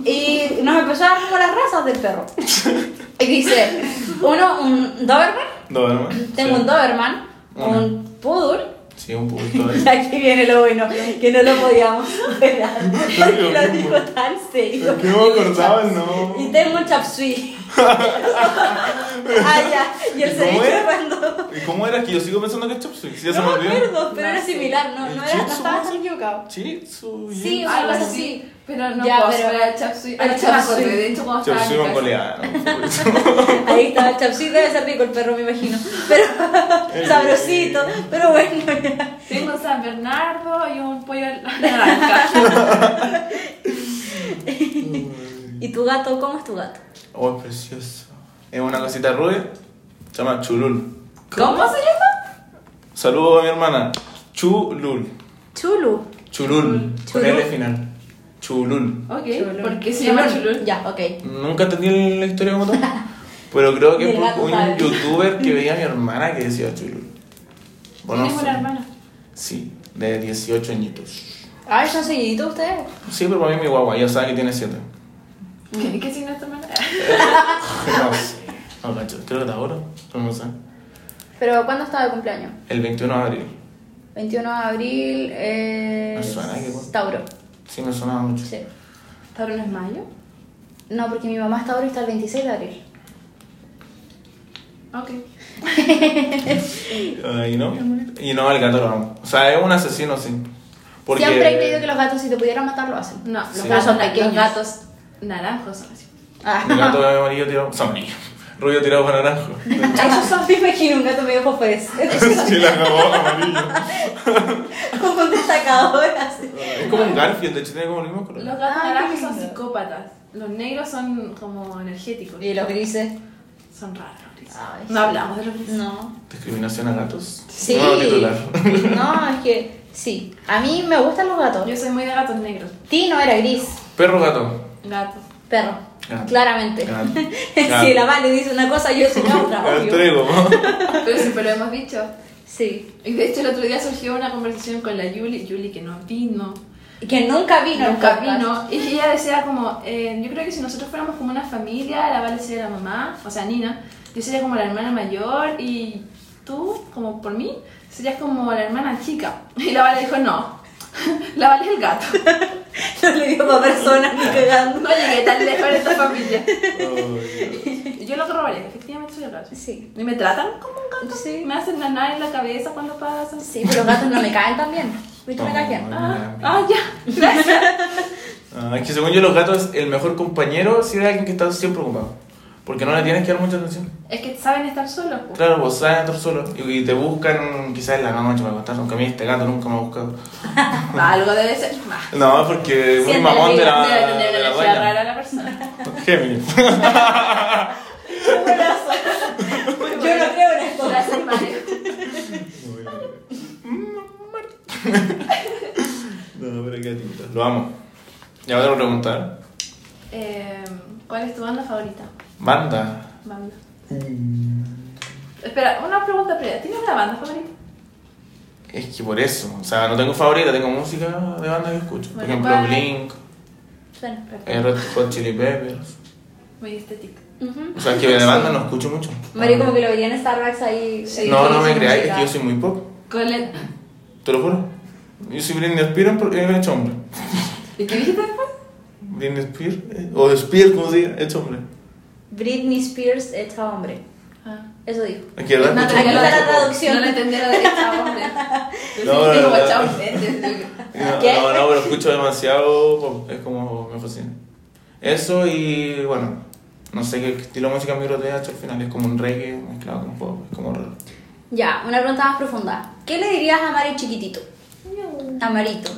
Speaker 1: Y nos empezó a dar con las razas del perro. Y dice, uno, un Doberman,
Speaker 3: Doberman.
Speaker 1: tengo
Speaker 3: Sí.
Speaker 1: un Doberman,
Speaker 3: Una.
Speaker 1: un Poodle,
Speaker 3: Sí, un punto.
Speaker 1: y aquí viene lo bueno, que no lo podíamos esperar. Porque lo
Speaker 3: mismo.
Speaker 1: dijo tan serio.
Speaker 3: Es que no me acordaba el nombre.
Speaker 1: Y tengo un chapsui. ah, ya. Y el
Speaker 3: ¿Y cómo
Speaker 1: ceviche
Speaker 3: era?
Speaker 1: cuando.
Speaker 3: ¿Y cómo era? Que yo sigo pensando que es Chopsui. Si ya se
Speaker 1: No
Speaker 3: me
Speaker 1: me
Speaker 3: olvidó.
Speaker 1: acuerdo, pero era
Speaker 2: No sé.
Speaker 1: similar, no,
Speaker 3: ¿El
Speaker 1: no, era, no
Speaker 3: chipsu,
Speaker 1: estaba
Speaker 3: no?
Speaker 1: tan equivocado.
Speaker 3: Chitsu.
Speaker 1: Sí,
Speaker 3: Yen-
Speaker 1: o algo así.
Speaker 2: Algo así. Pero no
Speaker 1: Ya,
Speaker 2: puedo
Speaker 1: pero-
Speaker 2: superar el chapsui.
Speaker 1: al
Speaker 2: Anoche me
Speaker 1: chapsui.
Speaker 2: acordé, de hecho, cuando estaba en mi
Speaker 3: Chopsui
Speaker 2: casa.
Speaker 3: mongoleana.
Speaker 1: Ahí estaba el chapsui, debe ser rico el perro, me imagino. Pero sabrosito, pero bueno, ya.
Speaker 2: Tengo un San Bernardo y un pollo al- naranja.
Speaker 1: ¿Y tu gato? ¿Cómo es tu gato?
Speaker 3: Oh, es precioso. Es una cosita rubia. Se llama Chulul.
Speaker 1: ¿Cómo se llama?
Speaker 3: Saludos a mi hermana. Chulul.
Speaker 1: Chulu.
Speaker 3: Chulul. Con
Speaker 1: Chulul.
Speaker 3: L final. Chulul.
Speaker 2: ok, ¿por qué se llama chulul?
Speaker 1: Ya, ok.
Speaker 3: Nunca entendí la historia como tal. Pero creo que
Speaker 1: Y el
Speaker 3: fue
Speaker 1: gato
Speaker 3: un
Speaker 1: sabe.
Speaker 3: youtuber que veía a mi hermana que decía Chulul. Bueno,
Speaker 2: Tienes
Speaker 3: fue-
Speaker 2: una hermana.
Speaker 3: Sí, de 18 añitos.
Speaker 2: Ah,
Speaker 1: Ay, ¿son seguiditos ustedes?
Speaker 3: Sí, pero para mí mi guagua, ya sabe que tiene 7.
Speaker 2: ¿Qué, qué signo es tu hermana?
Speaker 3: No sé. No, cacho, creo que está ahora. pero No sé.
Speaker 1: ¿Pero cuándo estaba de cumpleaños?
Speaker 3: El 21 de abril.
Speaker 1: 21 de abril, eh.
Speaker 3: Me suena que-
Speaker 1: Tauro.
Speaker 3: Sí, me sonaba mucho.
Speaker 1: Sí.
Speaker 2: ¿Tauro no es mayo?
Speaker 1: No, porque mi mamá está ahora está el 26 de abril.
Speaker 2: Ok.
Speaker 3: Ay, no, mi hermanita. Y no, el gato lo amo. O sea, es un asesino, sí. Porque...
Speaker 1: Siempre he creído que los gatos, si te pudieran matar, lo hacen.
Speaker 2: No, los,
Speaker 3: Sí.
Speaker 2: gatos,
Speaker 1: Son
Speaker 2: na-
Speaker 1: pequeños.
Speaker 2: los gatos naranjos son así.
Speaker 3: Mi
Speaker 1: Ah.
Speaker 3: gato es amarillo tirado. O sea, amarillo. Rubio tirado para naranjo.
Speaker 1: Eso son, me imagino un gato medio fofés.
Speaker 3: sí, la acabó amarillo.
Speaker 1: Como un destacador así.
Speaker 3: Es como un Garfield, de hecho tiene como el mismo color.
Speaker 2: Los gatos
Speaker 1: Ay, qué
Speaker 2: naranjos son
Speaker 1: lindo.
Speaker 2: psicópatas. Los negros son como energéticos.
Speaker 1: Y los grises.
Speaker 2: Son raros. los grises.
Speaker 1: Ay,
Speaker 2: no
Speaker 1: sí.
Speaker 2: hablamos de los grises.
Speaker 1: No.
Speaker 3: Discriminación a gatos.
Speaker 1: Sí.
Speaker 3: Nuevo titular.
Speaker 1: No, es que sí. A mí me gustan los gatos.
Speaker 2: Yo soy muy de gatos negros.
Speaker 1: Tino era gris.
Speaker 3: Perro gato.
Speaker 2: Gatos.
Speaker 1: Perro.
Speaker 3: Gato.
Speaker 1: Claramente.
Speaker 3: Gato.
Speaker 1: Si la
Speaker 3: Gato.
Speaker 1: Vale dice una cosa, yo soy la otra.
Speaker 3: El
Speaker 1: obvio.
Speaker 3: trigo.
Speaker 2: Pero siempre lo hemos dicho.
Speaker 1: Sí.
Speaker 2: Y de hecho el otro día surgió una conversación con la Yuli, Yuli que no vino,
Speaker 1: Que nunca vino pues, al
Speaker 2: nunca
Speaker 1: podcast.
Speaker 2: vino, y ella decía como, eh, yo creo que si nosotros fuéramos como una familia, la Vale sería la mamá, o sea Nina, yo sería como la hermana mayor y tú, como por mí, serías como la hermana chica. Y la Vale dijo, no, la Vale es el gato,
Speaker 1: No le dio para personas ni cagando.
Speaker 2: no llegué tan lejos en esta familia.
Speaker 3: Ay, Oh, Dios.
Speaker 2: Y Yo lo corroboré, efectivamente soy el gato.
Speaker 1: Sí.
Speaker 2: Y me tratan como un gato,
Speaker 1: Sí.
Speaker 2: me hacen nanar en la cabeza cuando pasan.
Speaker 1: Sí, pero los gatos no me caen tan bien. ¿Viste? Me caen bien.
Speaker 2: Ah, ah, ya, gracias.
Speaker 3: Ah, es que según yo los gatos, el mejor compañero si es alguien que está siempre ocupado. Porque no le tienes que dar mucha atención.
Speaker 2: Es que saben estar solos. pues. po.
Speaker 3: Claro, vos sabes estar solo. Y, y te buscan quizás en la noche para contar. Aunque a mí este gato nunca me ha buscado.
Speaker 2: Algo debe ser. Bah.
Speaker 3: No, porque es muy
Speaker 1: Siente
Speaker 3: mamón de la,
Speaker 2: Debe tener
Speaker 3: de
Speaker 2: una
Speaker 3: la
Speaker 2: energía
Speaker 3: dueña.
Speaker 2: rara la persona.
Speaker 3: Géminis.
Speaker 1: Yo no creo en esto.
Speaker 2: Gracias, Mario.
Speaker 3: No, pero qué lindo. Lo amo. Ya voy a preguntar.
Speaker 2: Eh, ¿Cuál es tu banda favorita?
Speaker 3: Banda.
Speaker 2: Banda. Espera, una pregunta previa. ¿Tienes una banda favorita?
Speaker 3: Es que por eso. O sea, no tengo favorita, tengo música de banda que escucho. Por
Speaker 2: Bueno,
Speaker 3: ejemplo,
Speaker 2: ¿cuál?
Speaker 3: Blink.
Speaker 1: Suena, perfecto.
Speaker 3: El Red Hot Chili Peppers.
Speaker 2: Muy estética.
Speaker 3: Eh.
Speaker 1: Ujú.
Speaker 3: O sea, es que de banda no escucho mucho.
Speaker 1: Mario, como que lo veía en Starbucks ahí. eh,
Speaker 2: Sí.
Speaker 3: No, no me
Speaker 1: música.
Speaker 3: creáis, es que yo soy muy pop.
Speaker 2: Colette.
Speaker 3: Te lo juro. Yo soy Britney Spears en pro- eh, hecho hombre.
Speaker 2: ¿Y qué dijiste después?
Speaker 3: Britney Spears, eh, o Spears, como se diga, hecho hombre.
Speaker 1: Britney Spears hecha hombre.
Speaker 2: Ah.
Speaker 1: Eso dijo.
Speaker 3: Es que verdad
Speaker 2: No, te
Speaker 3: escucho
Speaker 1: Aquí
Speaker 2: lo
Speaker 3: mucho
Speaker 1: está la
Speaker 3: pop.
Speaker 1: traducción.
Speaker 2: No lo entendí a la derecha, hombre.
Speaker 3: No,
Speaker 2: No, no,
Speaker 3: no, no, no.
Speaker 1: ¿eh?
Speaker 2: no.
Speaker 1: ¿Qué?
Speaker 3: No, no, no, pero escucho demasiado pop. Es como me fascina. Eso y bueno, no sé qué estilo de música me te hecho al final. Es como un reggae mezclado con pop. Es como raro.
Speaker 1: Ya, una pregunta más profunda. ¿Qué le dirías a Mario chiquitito? A Marito.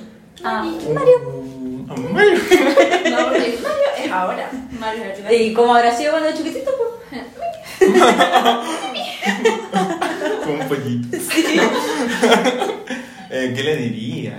Speaker 1: A-
Speaker 3: Mm, Mario.
Speaker 2: No, porque Mario es ahora. Mario es ahora.
Speaker 1: Ah. ¿Y cómo habrá sido cuando era chiquitito? pues?
Speaker 3: Con un pollito. Eh, ¿Qué le diría?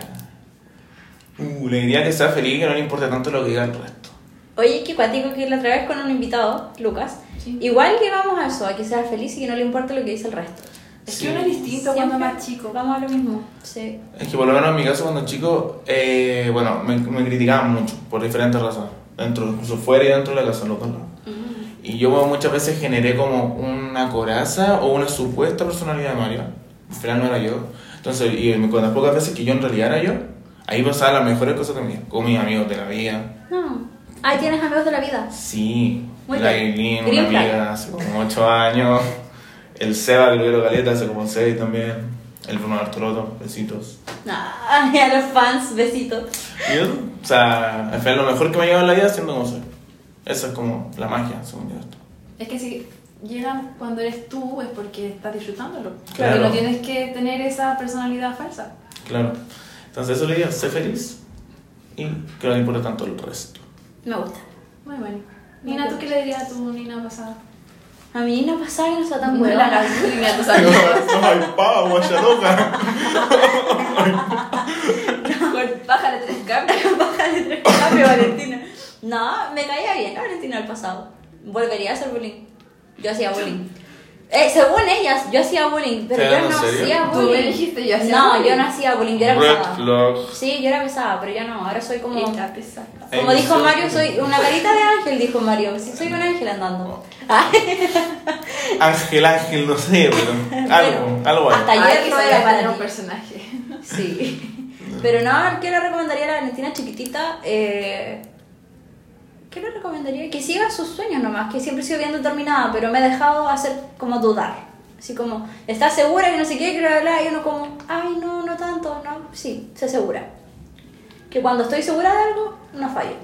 Speaker 3: Uh, le diría que sea feliz, que no le importe tanto lo que diga el resto.
Speaker 1: Oye, que cuático que la otra vez con un invitado, Lucas.
Speaker 2: Sí.
Speaker 1: Igual que vamos a eso, a que sea feliz y que no le importe lo que dice el resto.
Speaker 2: Es que uno es distinto cuando
Speaker 1: Siempre
Speaker 2: es más chico.
Speaker 1: Vamos a lo mismo. Sí.
Speaker 3: Es que por lo menos en mi caso cuando chico, eh, bueno, me, me criticaban mucho por diferentes razones. Dentro, incluso fuera y dentro de la casa, los dos lados.
Speaker 2: Mm.
Speaker 3: Y yo bueno, muchas veces generé como una coraza o una supuesta personalidad de Mario. Al final no era yo. Entonces, y en- con las pocas veces que yo en realidad era yo, ahí pasaban las mejores cosas que me Con mis amigos de la vida.
Speaker 1: No. Ahí tienes amigos de la vida.
Speaker 3: Sí.
Speaker 1: Muy
Speaker 3: la
Speaker 1: bien.
Speaker 3: Eileen,
Speaker 1: Green
Speaker 3: una
Speaker 1: flag.
Speaker 3: amiga hace como 8 años. El Seba, que lo veo Galeta, hace como 6 también. El Bruno Arturoto, besitos.
Speaker 1: Ay, a los fans, besito.
Speaker 3: Y eso, o sea, al final lo mejor que me ha llegado en la vida es siendo como soy. Esa es como la magia, según yo. Esto.
Speaker 2: Es que si llegan cuando eres tú es porque estás disfrutándolo.
Speaker 3: Claro.
Speaker 2: Porque no tienes que tener esa personalidad falsa.
Speaker 3: Claro. Entonces eso le digo, sé feliz y que no le importa tanto el resto.
Speaker 1: Me gusta.
Speaker 2: Muy bueno. Nina, ¿tú qué le dirías a tu Nina pasada?
Speaker 1: A mí no pasaba que no sea tan
Speaker 2: No
Speaker 1: buena.
Speaker 2: la hagas, Nina, tú
Speaker 3: Ay,
Speaker 2: sabes.
Speaker 3: pa, guacha loca.
Speaker 2: Con- Bájale tres cambios.
Speaker 1: Bájale tres cambios, Valentina. No, me caía bien la Valentina el pasado. Volvería a hacer bullying. Yo hacía bullying. Eh, según ellas, yo hacía bullying, pero
Speaker 3: ¿Te
Speaker 1: yo no
Speaker 3: dan en serio?
Speaker 1: hacía
Speaker 2: Tú
Speaker 1: bullying.
Speaker 2: me dijiste, yo hacía
Speaker 1: no,
Speaker 2: bullying.
Speaker 1: yo no hacía bullying, yo era
Speaker 3: Red
Speaker 1: pesada.
Speaker 3: flags.
Speaker 1: Sí, yo era pesada, pero ya no, ahora soy como...
Speaker 2: Está pesada.
Speaker 1: Como
Speaker 3: Ay,
Speaker 1: dijo
Speaker 3: no sé.
Speaker 1: Mario, soy una carita de ángel, dijo Mario. Sí, soy un ángel andando.
Speaker 3: Ángel, ángel, no sé, pero algo, algo hay.
Speaker 1: hasta ayer
Speaker 2: Ay,
Speaker 1: no
Speaker 2: que
Speaker 1: era
Speaker 2: sabía
Speaker 1: para
Speaker 2: tener un
Speaker 1: ti.
Speaker 2: personaje.
Speaker 1: Sí. Pero no, ¿qué le recomendaría a la Valentina chiquitita? Eh, ¿Qué le recomendaría? Que siga sus sueños nomás, que siempre he sido bien determinada, pero me he dejado hacer como dudar. Así como, ¿estás segura y no sé qué? Que bla, bla, bla, y uno como, ay, no, no tanto, no. Sí, se asegura. Que cuando estoy segura de algo, no fallo.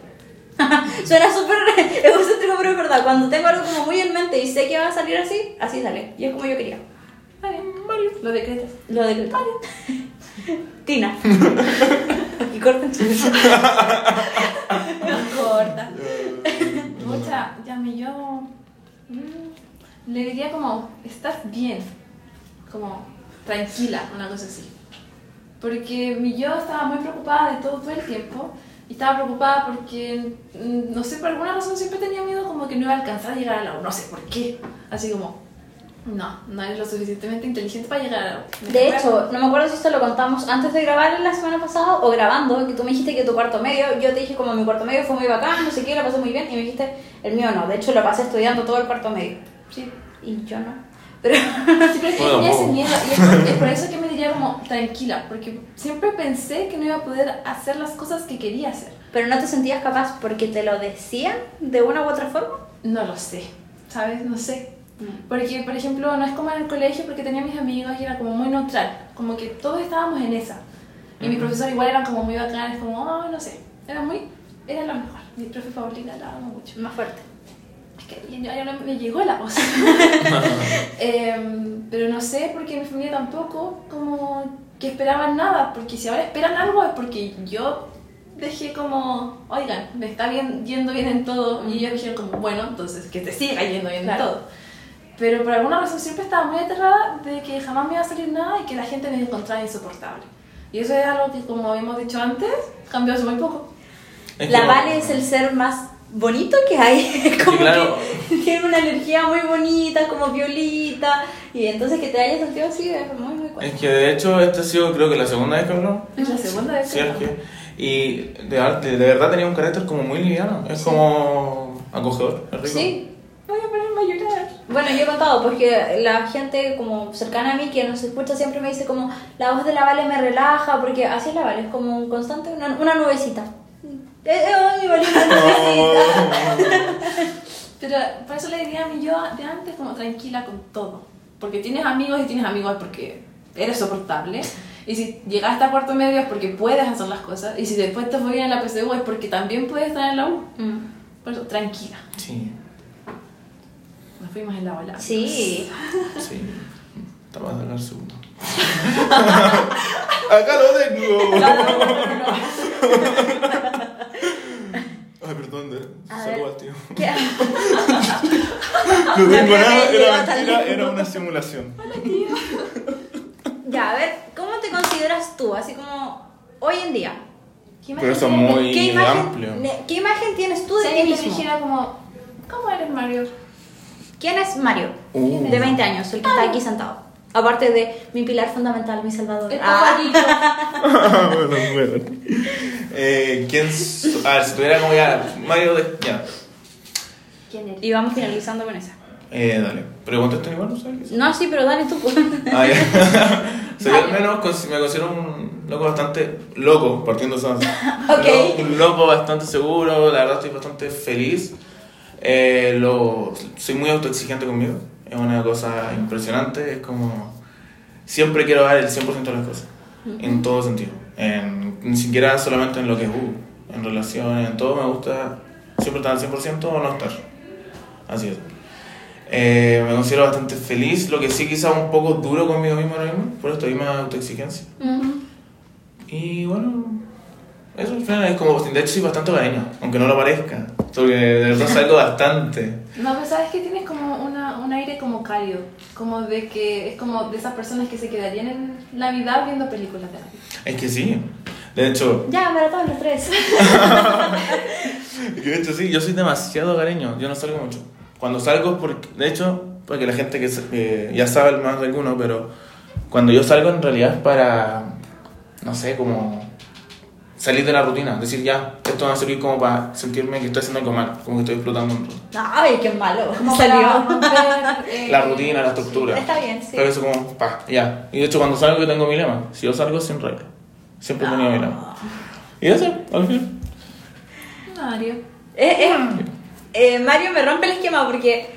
Speaker 1: Suena súper egocéntrico, pero es verdad. Cuando tengo algo como muy en mente y sé que va a salir así, así sale. Y es como yo quería.
Speaker 2: Está bien, Mario. Lo decretas.
Speaker 1: Lo de Tina. y cortan chicos.
Speaker 2: No corta.
Speaker 3: Eh,
Speaker 2: Mucha, ya me yo. mm, Le diría como, estás bien. Como, tranquila, una cosa así. Porque mi yo estaba muy preocupada de todo, todo el tiempo. Y estaba preocupada porque, mm, no sé, por alguna razón siempre tenía miedo como que no iba a alcanzar a llegar a la U. No sé por qué. Así como, no, no eres lo suficientemente inteligente para llegar a la U.
Speaker 1: De hecho, no me acuerdo si esto lo contamos antes de grabar la semana pasada o grabando, que tú me dijiste que tu cuarto medio, yo te dije como mi cuarto medio fue muy bacán, no sé qué, lo pasé muy bien, y me dijiste el mío no. De hecho, lo pasé estudiando todo el cuarto medio.
Speaker 2: Sí.
Speaker 1: Y yo no. Pero
Speaker 2: Siempre que
Speaker 3: Bueno,
Speaker 2: tenía ese
Speaker 3: wow.
Speaker 2: miedo y es por, es por eso que me diría como tranquila, porque siempre pensé que no iba a poder hacer las cosas que quería hacer.
Speaker 1: pero no te sentías capaz porque te lo decían de una u otra forma.
Speaker 2: No lo sé, ¿sabes? No sé. Porque, por ejemplo, no es como en el colegio porque tenía mis amigos y era como muy neutral, como que todos estábamos en esa. Y mis
Speaker 3: Ujú.
Speaker 2: profesores igual eran como muy bacanes, como, oh, no sé, era muy, era lo mejor. Mi profe favorita la amo mucho.
Speaker 1: Más fuerte.
Speaker 2: Es que ya, ya no me llegó la voz. Em, pero no sé, porque mi familia tampoco, como que esperaban nada, porque si ahora esperan algo es porque yo dejé como, oigan, me está bien, yendo bien en todo, y ellos dijeron como, bueno, entonces que te siga yendo bien
Speaker 1: Claro.
Speaker 2: en todo. Pero por alguna razón siempre estaba muy aterrada de que jamás me iba a salir nada y que la gente me encontraba insoportable. Y eso es algo que, como habíamos dicho antes, cambió hace muy poco.
Speaker 3: Es
Speaker 1: La
Speaker 3: como-
Speaker 1: Vale es el ser más bonito que hay. Es Como
Speaker 3: claro.
Speaker 1: que tiene una energía muy bonita, como violita. Y entonces que te haya sentido así es muy, muy
Speaker 3: Es
Speaker 1: cual.
Speaker 3: este que de hecho, esta ha sido creo que la segunda vez que hablamos.
Speaker 2: Es la segunda vez que
Speaker 3: Sí, es
Speaker 2: lo hago.
Speaker 3: que- Y de, de- de verdad tenía un carácter como muy liviano. Es como acogedor, es rico.
Speaker 1: Sí.
Speaker 2: Voy a ponerme a llorar.
Speaker 1: Bueno, yo he contado, porque la gente como cercana a mí que nos escucha siempre me dice como la voz de la Vale me relaja, porque así es la Vale, es como un constante, una, una nubecita. Eh, eh, ay, mi Vale, una nubecita.
Speaker 2: Pero por eso le diría a mi yo de antes como tranquila con todo. Porque tienes amigos y tienes amigos porque eres soportable. Y si llegaste a cuarto medio es porque puedes hacer las cosas. Y si después te fue bien en la PSU es porque también puedes estar en la U.
Speaker 1: Mm.
Speaker 2: Por eso, tranquila.
Speaker 3: Sí,
Speaker 2: Nos fuimos en la ola.
Speaker 1: Sí.
Speaker 3: sí. Te vas a dar segundo. Acá lo tengo. Ay, perdón, de-
Speaker 1: A
Speaker 3: salgo
Speaker 1: ver.
Speaker 3: al tío.
Speaker 1: ¿Qué?
Speaker 3: No
Speaker 1: Ya
Speaker 3: tengo
Speaker 1: me
Speaker 3: nada,
Speaker 1: había llegado
Speaker 3: era
Speaker 1: hasta el
Speaker 3: mentira,
Speaker 1: mundo.
Speaker 3: era una simulación.
Speaker 1: Ya, a ver, ¿cómo te consideras tú? Así como hoy en día. ¿Qué
Speaker 3: Pero eso
Speaker 1: tienes-
Speaker 3: muy
Speaker 1: ¿qué imagen,
Speaker 3: amplio.
Speaker 1: ne- ¿Qué imagen tienes tú
Speaker 2: Tú
Speaker 1: de ti
Speaker 2: de
Speaker 1: mismo?
Speaker 2: dijera como, ¿cómo eres Mario?
Speaker 1: ¿Quién es Mario?
Speaker 3: Uh.
Speaker 1: De 20 años, el que está aquí sentado. Aparte de mi pilar fundamental, mi salvador.
Speaker 2: El
Speaker 1: Ah.
Speaker 2: pajarito.
Speaker 3: bueno, bueno. Eh, ¿Quién? s- A ver, si tuviera como ya. Mario de. Ya.
Speaker 2: ¿Quién eres?
Speaker 1: Y vamos finalizando con esa.
Speaker 3: Eh, dale. ¿Pero contesto igual? ¿No sabes?
Speaker 1: No, sí, pero dale tú. pues.
Speaker 3: Ah, ya. O sea, yo al menos consi- me considero un loco bastante loco, partiendo de esas.
Speaker 1: Ok.
Speaker 3: Lo- Un loco bastante seguro, la verdad estoy bastante feliz. Eh, lo, soy muy autoexigente conmigo, es una cosa impresionante, es como... Siempre quiero dar el 100% de las cosas, en todo sentido. En- ni siquiera solamente en lo que es uh, en relaciones, en todo me gusta siempre estar al 100% o no estar. Así es. Eh, me considero bastante feliz, lo que sí quizá un poco duro conmigo mismo ahora mismo, por esta misma autoexigencia. Y bueno, eso al final es como, de hecho soy bastante hogareño, aunque no lo parezca, porque de verdad salgo bastante.
Speaker 2: No, pero sabes que tienes como una, un aire como cálido, como de que es como de esas personas que se quedarían en Navidad viendo películas de Navidad.
Speaker 3: Es que sí, de hecho,
Speaker 1: ya, maratón los tres.
Speaker 3: de hecho sí, yo soy demasiado hogareño, yo no salgo mucho. Cuando salgo es porque, de hecho, porque la gente que sa- que ya sabe más de alguno, pero cuando yo salgo en realidad es para, no sé, como salir de la rutina, decir ya, esto va a servir como para sentirme que estoy haciendo algo mal, como que estoy explotando un rato.
Speaker 1: Ay, qué malo.
Speaker 2: Como para
Speaker 1: Salió.
Speaker 2: romper, eh,
Speaker 3: La rutina, la estructura.
Speaker 1: Está bien, sí.
Speaker 3: Pero eso como, pa, ya. Y de hecho cuando salgo yo tengo mi lema. Si yo salgo sin regla. Siempre he tenido mi
Speaker 1: Ah.
Speaker 3: lema. Y eso, al fin.
Speaker 2: Mario.
Speaker 1: Eh, eh, eh, Mario me rompe el esquema porque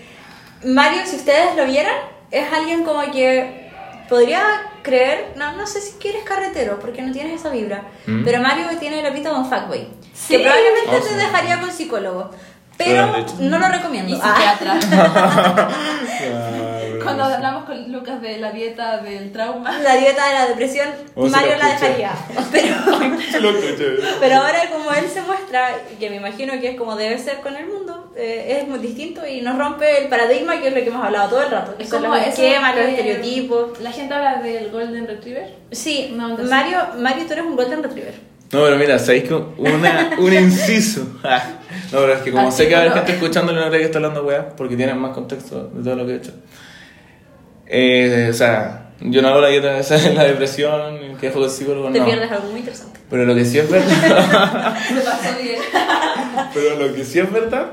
Speaker 1: Mario, si ustedes lo vieran, es alguien como que podría creer, no, no sé si quieres carretero porque no tienes esa vibra,
Speaker 3: Mm.
Speaker 1: pero Mario tiene la pinta de un fuckboy,
Speaker 2: Sí.
Speaker 1: que probablemente
Speaker 3: Oh,
Speaker 1: te
Speaker 3: sí.
Speaker 1: dejaría con psicólogo,
Speaker 3: Pero,
Speaker 1: pero
Speaker 3: de hecho.
Speaker 1: no lo recomiendo.
Speaker 2: Y
Speaker 1: Ah.
Speaker 2: psiquiatra. Cuando
Speaker 3: Cuando...
Speaker 2: hablamos con Lucas de la dieta del trauma.
Speaker 1: Ah, La dieta de la depresión,
Speaker 3: O se
Speaker 1: Mario
Speaker 3: lo
Speaker 1: la
Speaker 3: escucha.
Speaker 1: dejaría. Pero,
Speaker 3: Lo escuché.
Speaker 1: pero ahora como él se muestra, que me imagino que es como debe ser con el mundo, eh, es muy distinto y nos rompe el paradigma que es lo que hemos hablado todo el rato. que
Speaker 2: Es
Speaker 1: son
Speaker 2: como
Speaker 1: los
Speaker 2: eso
Speaker 1: esquemas, los
Speaker 2: de-
Speaker 1: estereotipos.
Speaker 2: La gente habla del Golden Retriever.
Speaker 1: Sí,
Speaker 2: No, entonces-
Speaker 1: Mario, Mario, tú eres un golden retriever.
Speaker 3: No, pero mira, sabéis que una, un inciso. Ah, No, pero es que como
Speaker 2: Así
Speaker 3: sé que va a haber
Speaker 2: no.
Speaker 3: gente escuchándole, no creo que está hablando weá, porque tienen más contexto de todo lo que he hecho. Eh, o sea, yo no hago la dieta esa de la depresión, que juego el psicólogo,
Speaker 1: Te
Speaker 3: no.
Speaker 1: pierdes algo muy interesante.
Speaker 3: Pero lo que sí es verdad.
Speaker 2: Lo pasó bien.
Speaker 3: Pero lo que sí es verdad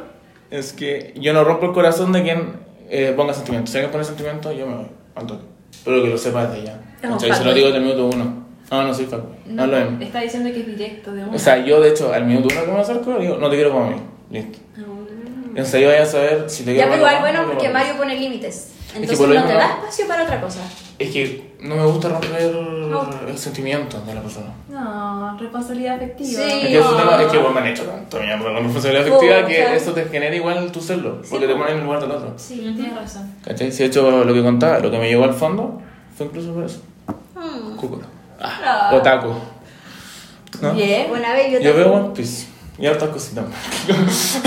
Speaker 3: es que yo no rompo el corazón de quien eh, ponga sentimientos. Si alguien pone sentimientos, yo me voy al toque. Pero que lo sepas de ya.
Speaker 2: Es un
Speaker 3: ¿Cachai? Se lo
Speaker 2: fuckboy.
Speaker 3: digo desde el minuto uno. Ah, No, no soy fuckboy. No, es lo mismo.
Speaker 2: está diciendo que es directo de uno.
Speaker 3: O sea, yo de hecho, al minuto uno que me acerco, digo, no te quiero para mí. Listo. Entonces yo voy a saber si te
Speaker 1: Ah. Ya,
Speaker 3: quiero
Speaker 1: pero igual
Speaker 3: para mí o
Speaker 1: bueno
Speaker 3: no
Speaker 1: porque
Speaker 3: para mí.
Speaker 1: Mario pone límites.
Speaker 3: que
Speaker 1: Entonces
Speaker 3: por lo
Speaker 1: no te
Speaker 3: mismo-
Speaker 1: da espacio para otra cosa.
Speaker 3: Es que no me gusta romper
Speaker 2: gusta.
Speaker 3: el sentimiento de la persona.
Speaker 2: No, responsabilidad afectiva.
Speaker 1: Sí.
Speaker 3: Es que, eso
Speaker 1: no.
Speaker 3: tema- es que vos me han hecho tanto mierda con responsabilidad afectiva
Speaker 1: Pucha.
Speaker 3: que eso te genera igual tu serlo, porque te ponen en el lugar del otro.
Speaker 2: Sí, tienes razón.
Speaker 3: ¿Cachai? Si he hecho lo que contaba, lo que me llevó al fondo fue incluso por eso.
Speaker 2: Mm.
Speaker 1: Hmm.
Speaker 3: Cúculo.
Speaker 2: Ah.
Speaker 3: Otaku. ¿No?
Speaker 2: Bien.
Speaker 1: Una vez yo,
Speaker 3: Yo veo
Speaker 1: también-
Speaker 3: One Piece y hartas cositas más.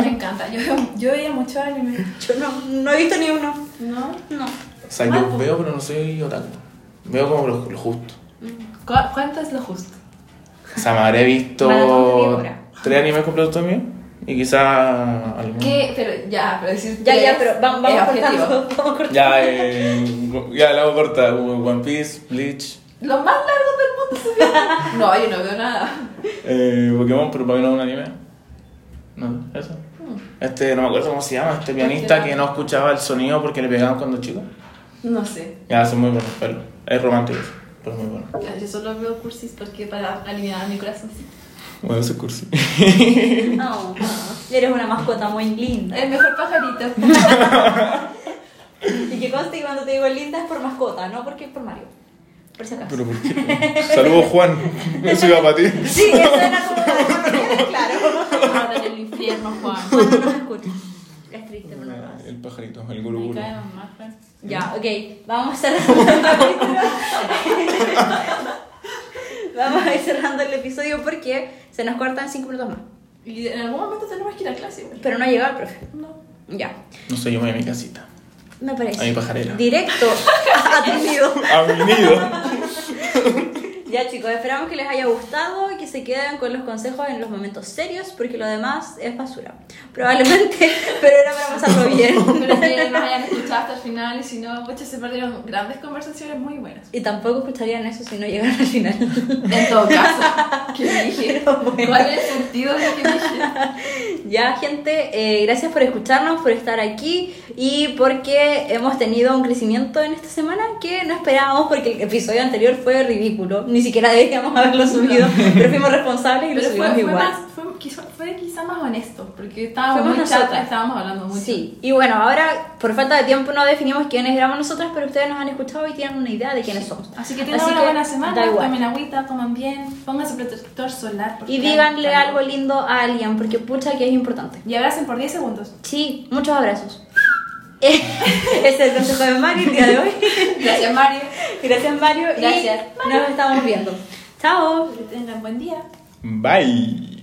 Speaker 2: Me encanta. Yo, yo veía mucho anime.
Speaker 1: yo no, no he visto ni uno.
Speaker 2: ¿No?
Speaker 1: No.
Speaker 3: O sea,
Speaker 1: Ah,
Speaker 2: Mal,
Speaker 3: yo
Speaker 2: po.
Speaker 3: veo, pero no soy otaku. Veo como lo, lo justo.
Speaker 2: ¿Cu- ¿Cuánto es lo justo?
Speaker 3: O sea, me habré
Speaker 1: Maratón de
Speaker 3: visto
Speaker 1: víbora.
Speaker 3: tres animes completos también y quizá alguno.
Speaker 2: ¿Qué? Pero ya, pero decir.
Speaker 1: Ya, ya,
Speaker 2: tres
Speaker 1: pero va- vamos,
Speaker 2: es
Speaker 1: cortando.
Speaker 2: objetivo.
Speaker 1: Vamos cortando.
Speaker 3: Ya, eh, ya la hago corta. One Piece, Bleach.
Speaker 2: Los más largos del mundo. No, yo no veo nada.
Speaker 3: Eh, Pokémon, pero para mí no es un anime. No, eso.
Speaker 1: Hmm.
Speaker 3: Este, no me acuerdo cómo se llama, este pianista que no escuchaba el sonido porque le pegaban cuando chico.
Speaker 2: No sé.
Speaker 3: Ya, son muy buenos, pero es romántico, pero es muy bueno.
Speaker 2: Ya, Yo solo veo cursis porque para aliviar mi corazón.
Speaker 3: Bueno, ese curso.
Speaker 1: No, eres una mascota muy linda.
Speaker 2: El mejor pajarito.
Speaker 1: Y que conste que cuando te digo linda es por mascota, no porque es por Mario. Por si acaso.
Speaker 3: Pero ¿por qué? Saludos, Juan. Eso iba para ti.
Speaker 1: Sí, eso era como la claro.
Speaker 2: Ahora en el infierno, Juan.
Speaker 1: Cuando no nos escucha. Es triste, pero no pasa.
Speaker 3: El pajarito, el guru
Speaker 2: Me
Speaker 3: guru.
Speaker 2: cae más, pues. Juan.
Speaker 1: Ya, ok, vamos cerrando el capítulo. Vamos a ir cerrando el episodio porque se nos cortan 5 minutos más.
Speaker 2: Y en algún momento tenemos que ir a clase. igual.
Speaker 1: Pero no ha llegado el profe.
Speaker 2: No.
Speaker 1: Ya,
Speaker 3: No sé, yo me voy a mi casita.
Speaker 1: me
Speaker 3: A mi
Speaker 1: parece.
Speaker 3: pajarera.
Speaker 1: Directo, atendido.
Speaker 3: A mi nido.
Speaker 1: Ya chicos, esperamos que les haya gustado y que se queden con los consejos en los momentos serios porque lo demás es basura. Probablemente, pero era para pasarlo
Speaker 2: Espero que nos
Speaker 1: bien.
Speaker 2: hayan escuchado hasta el final y si no, pucha, se perdieron grandes conversaciones muy buenas.
Speaker 1: Y tampoco escucharían eso si no llegaran al final.
Speaker 2: En todo caso, ¿qué dije?
Speaker 1: Pero bueno.
Speaker 2: ¿Cuál es el sentido de lo que dije?
Speaker 1: Ya, gente, eh, gracias por escucharnos, por estar aquí y porque hemos tenido un crecimiento en esta semana que no esperábamos porque el episodio anterior fue ridículo. Ni siquiera deberíamos haberlo subido, pero fuimos responsables y lo
Speaker 2: Pero fue,
Speaker 1: subimos
Speaker 2: fue,
Speaker 1: igual.
Speaker 2: más, fue, quizá, fue quizá más honesto, porque estábamos
Speaker 1: Fuimos
Speaker 2: muy chatas,
Speaker 1: nosotras.
Speaker 2: estábamos hablando mucho.
Speaker 1: Sí, y bueno, ahora por falta de tiempo no definimos quiénes éramos nosotras, pero ustedes nos han escuchado y tienen una idea de quiénes somos.
Speaker 2: Así que tengan
Speaker 1: Así
Speaker 2: una
Speaker 1: que
Speaker 2: buena
Speaker 1: da
Speaker 2: semana,
Speaker 1: igual.
Speaker 2: tomen agüita, coman bien, pónganse protector solar. porque
Speaker 1: Y
Speaker 2: hay
Speaker 1: díganle
Speaker 2: calor.
Speaker 1: algo lindo a alguien, porque pucha que es importante.
Speaker 2: Y abracen por 10 segundos.
Speaker 1: Sí, muchos abrazos. Ese es el consejo de Mario el día de hoy.
Speaker 2: Gracias, Mario.
Speaker 1: Gracias Mario. y
Speaker 2: Gracias.
Speaker 1: nos estamos viendo. Chao.
Speaker 2: Que tengan buen día.
Speaker 3: Bye.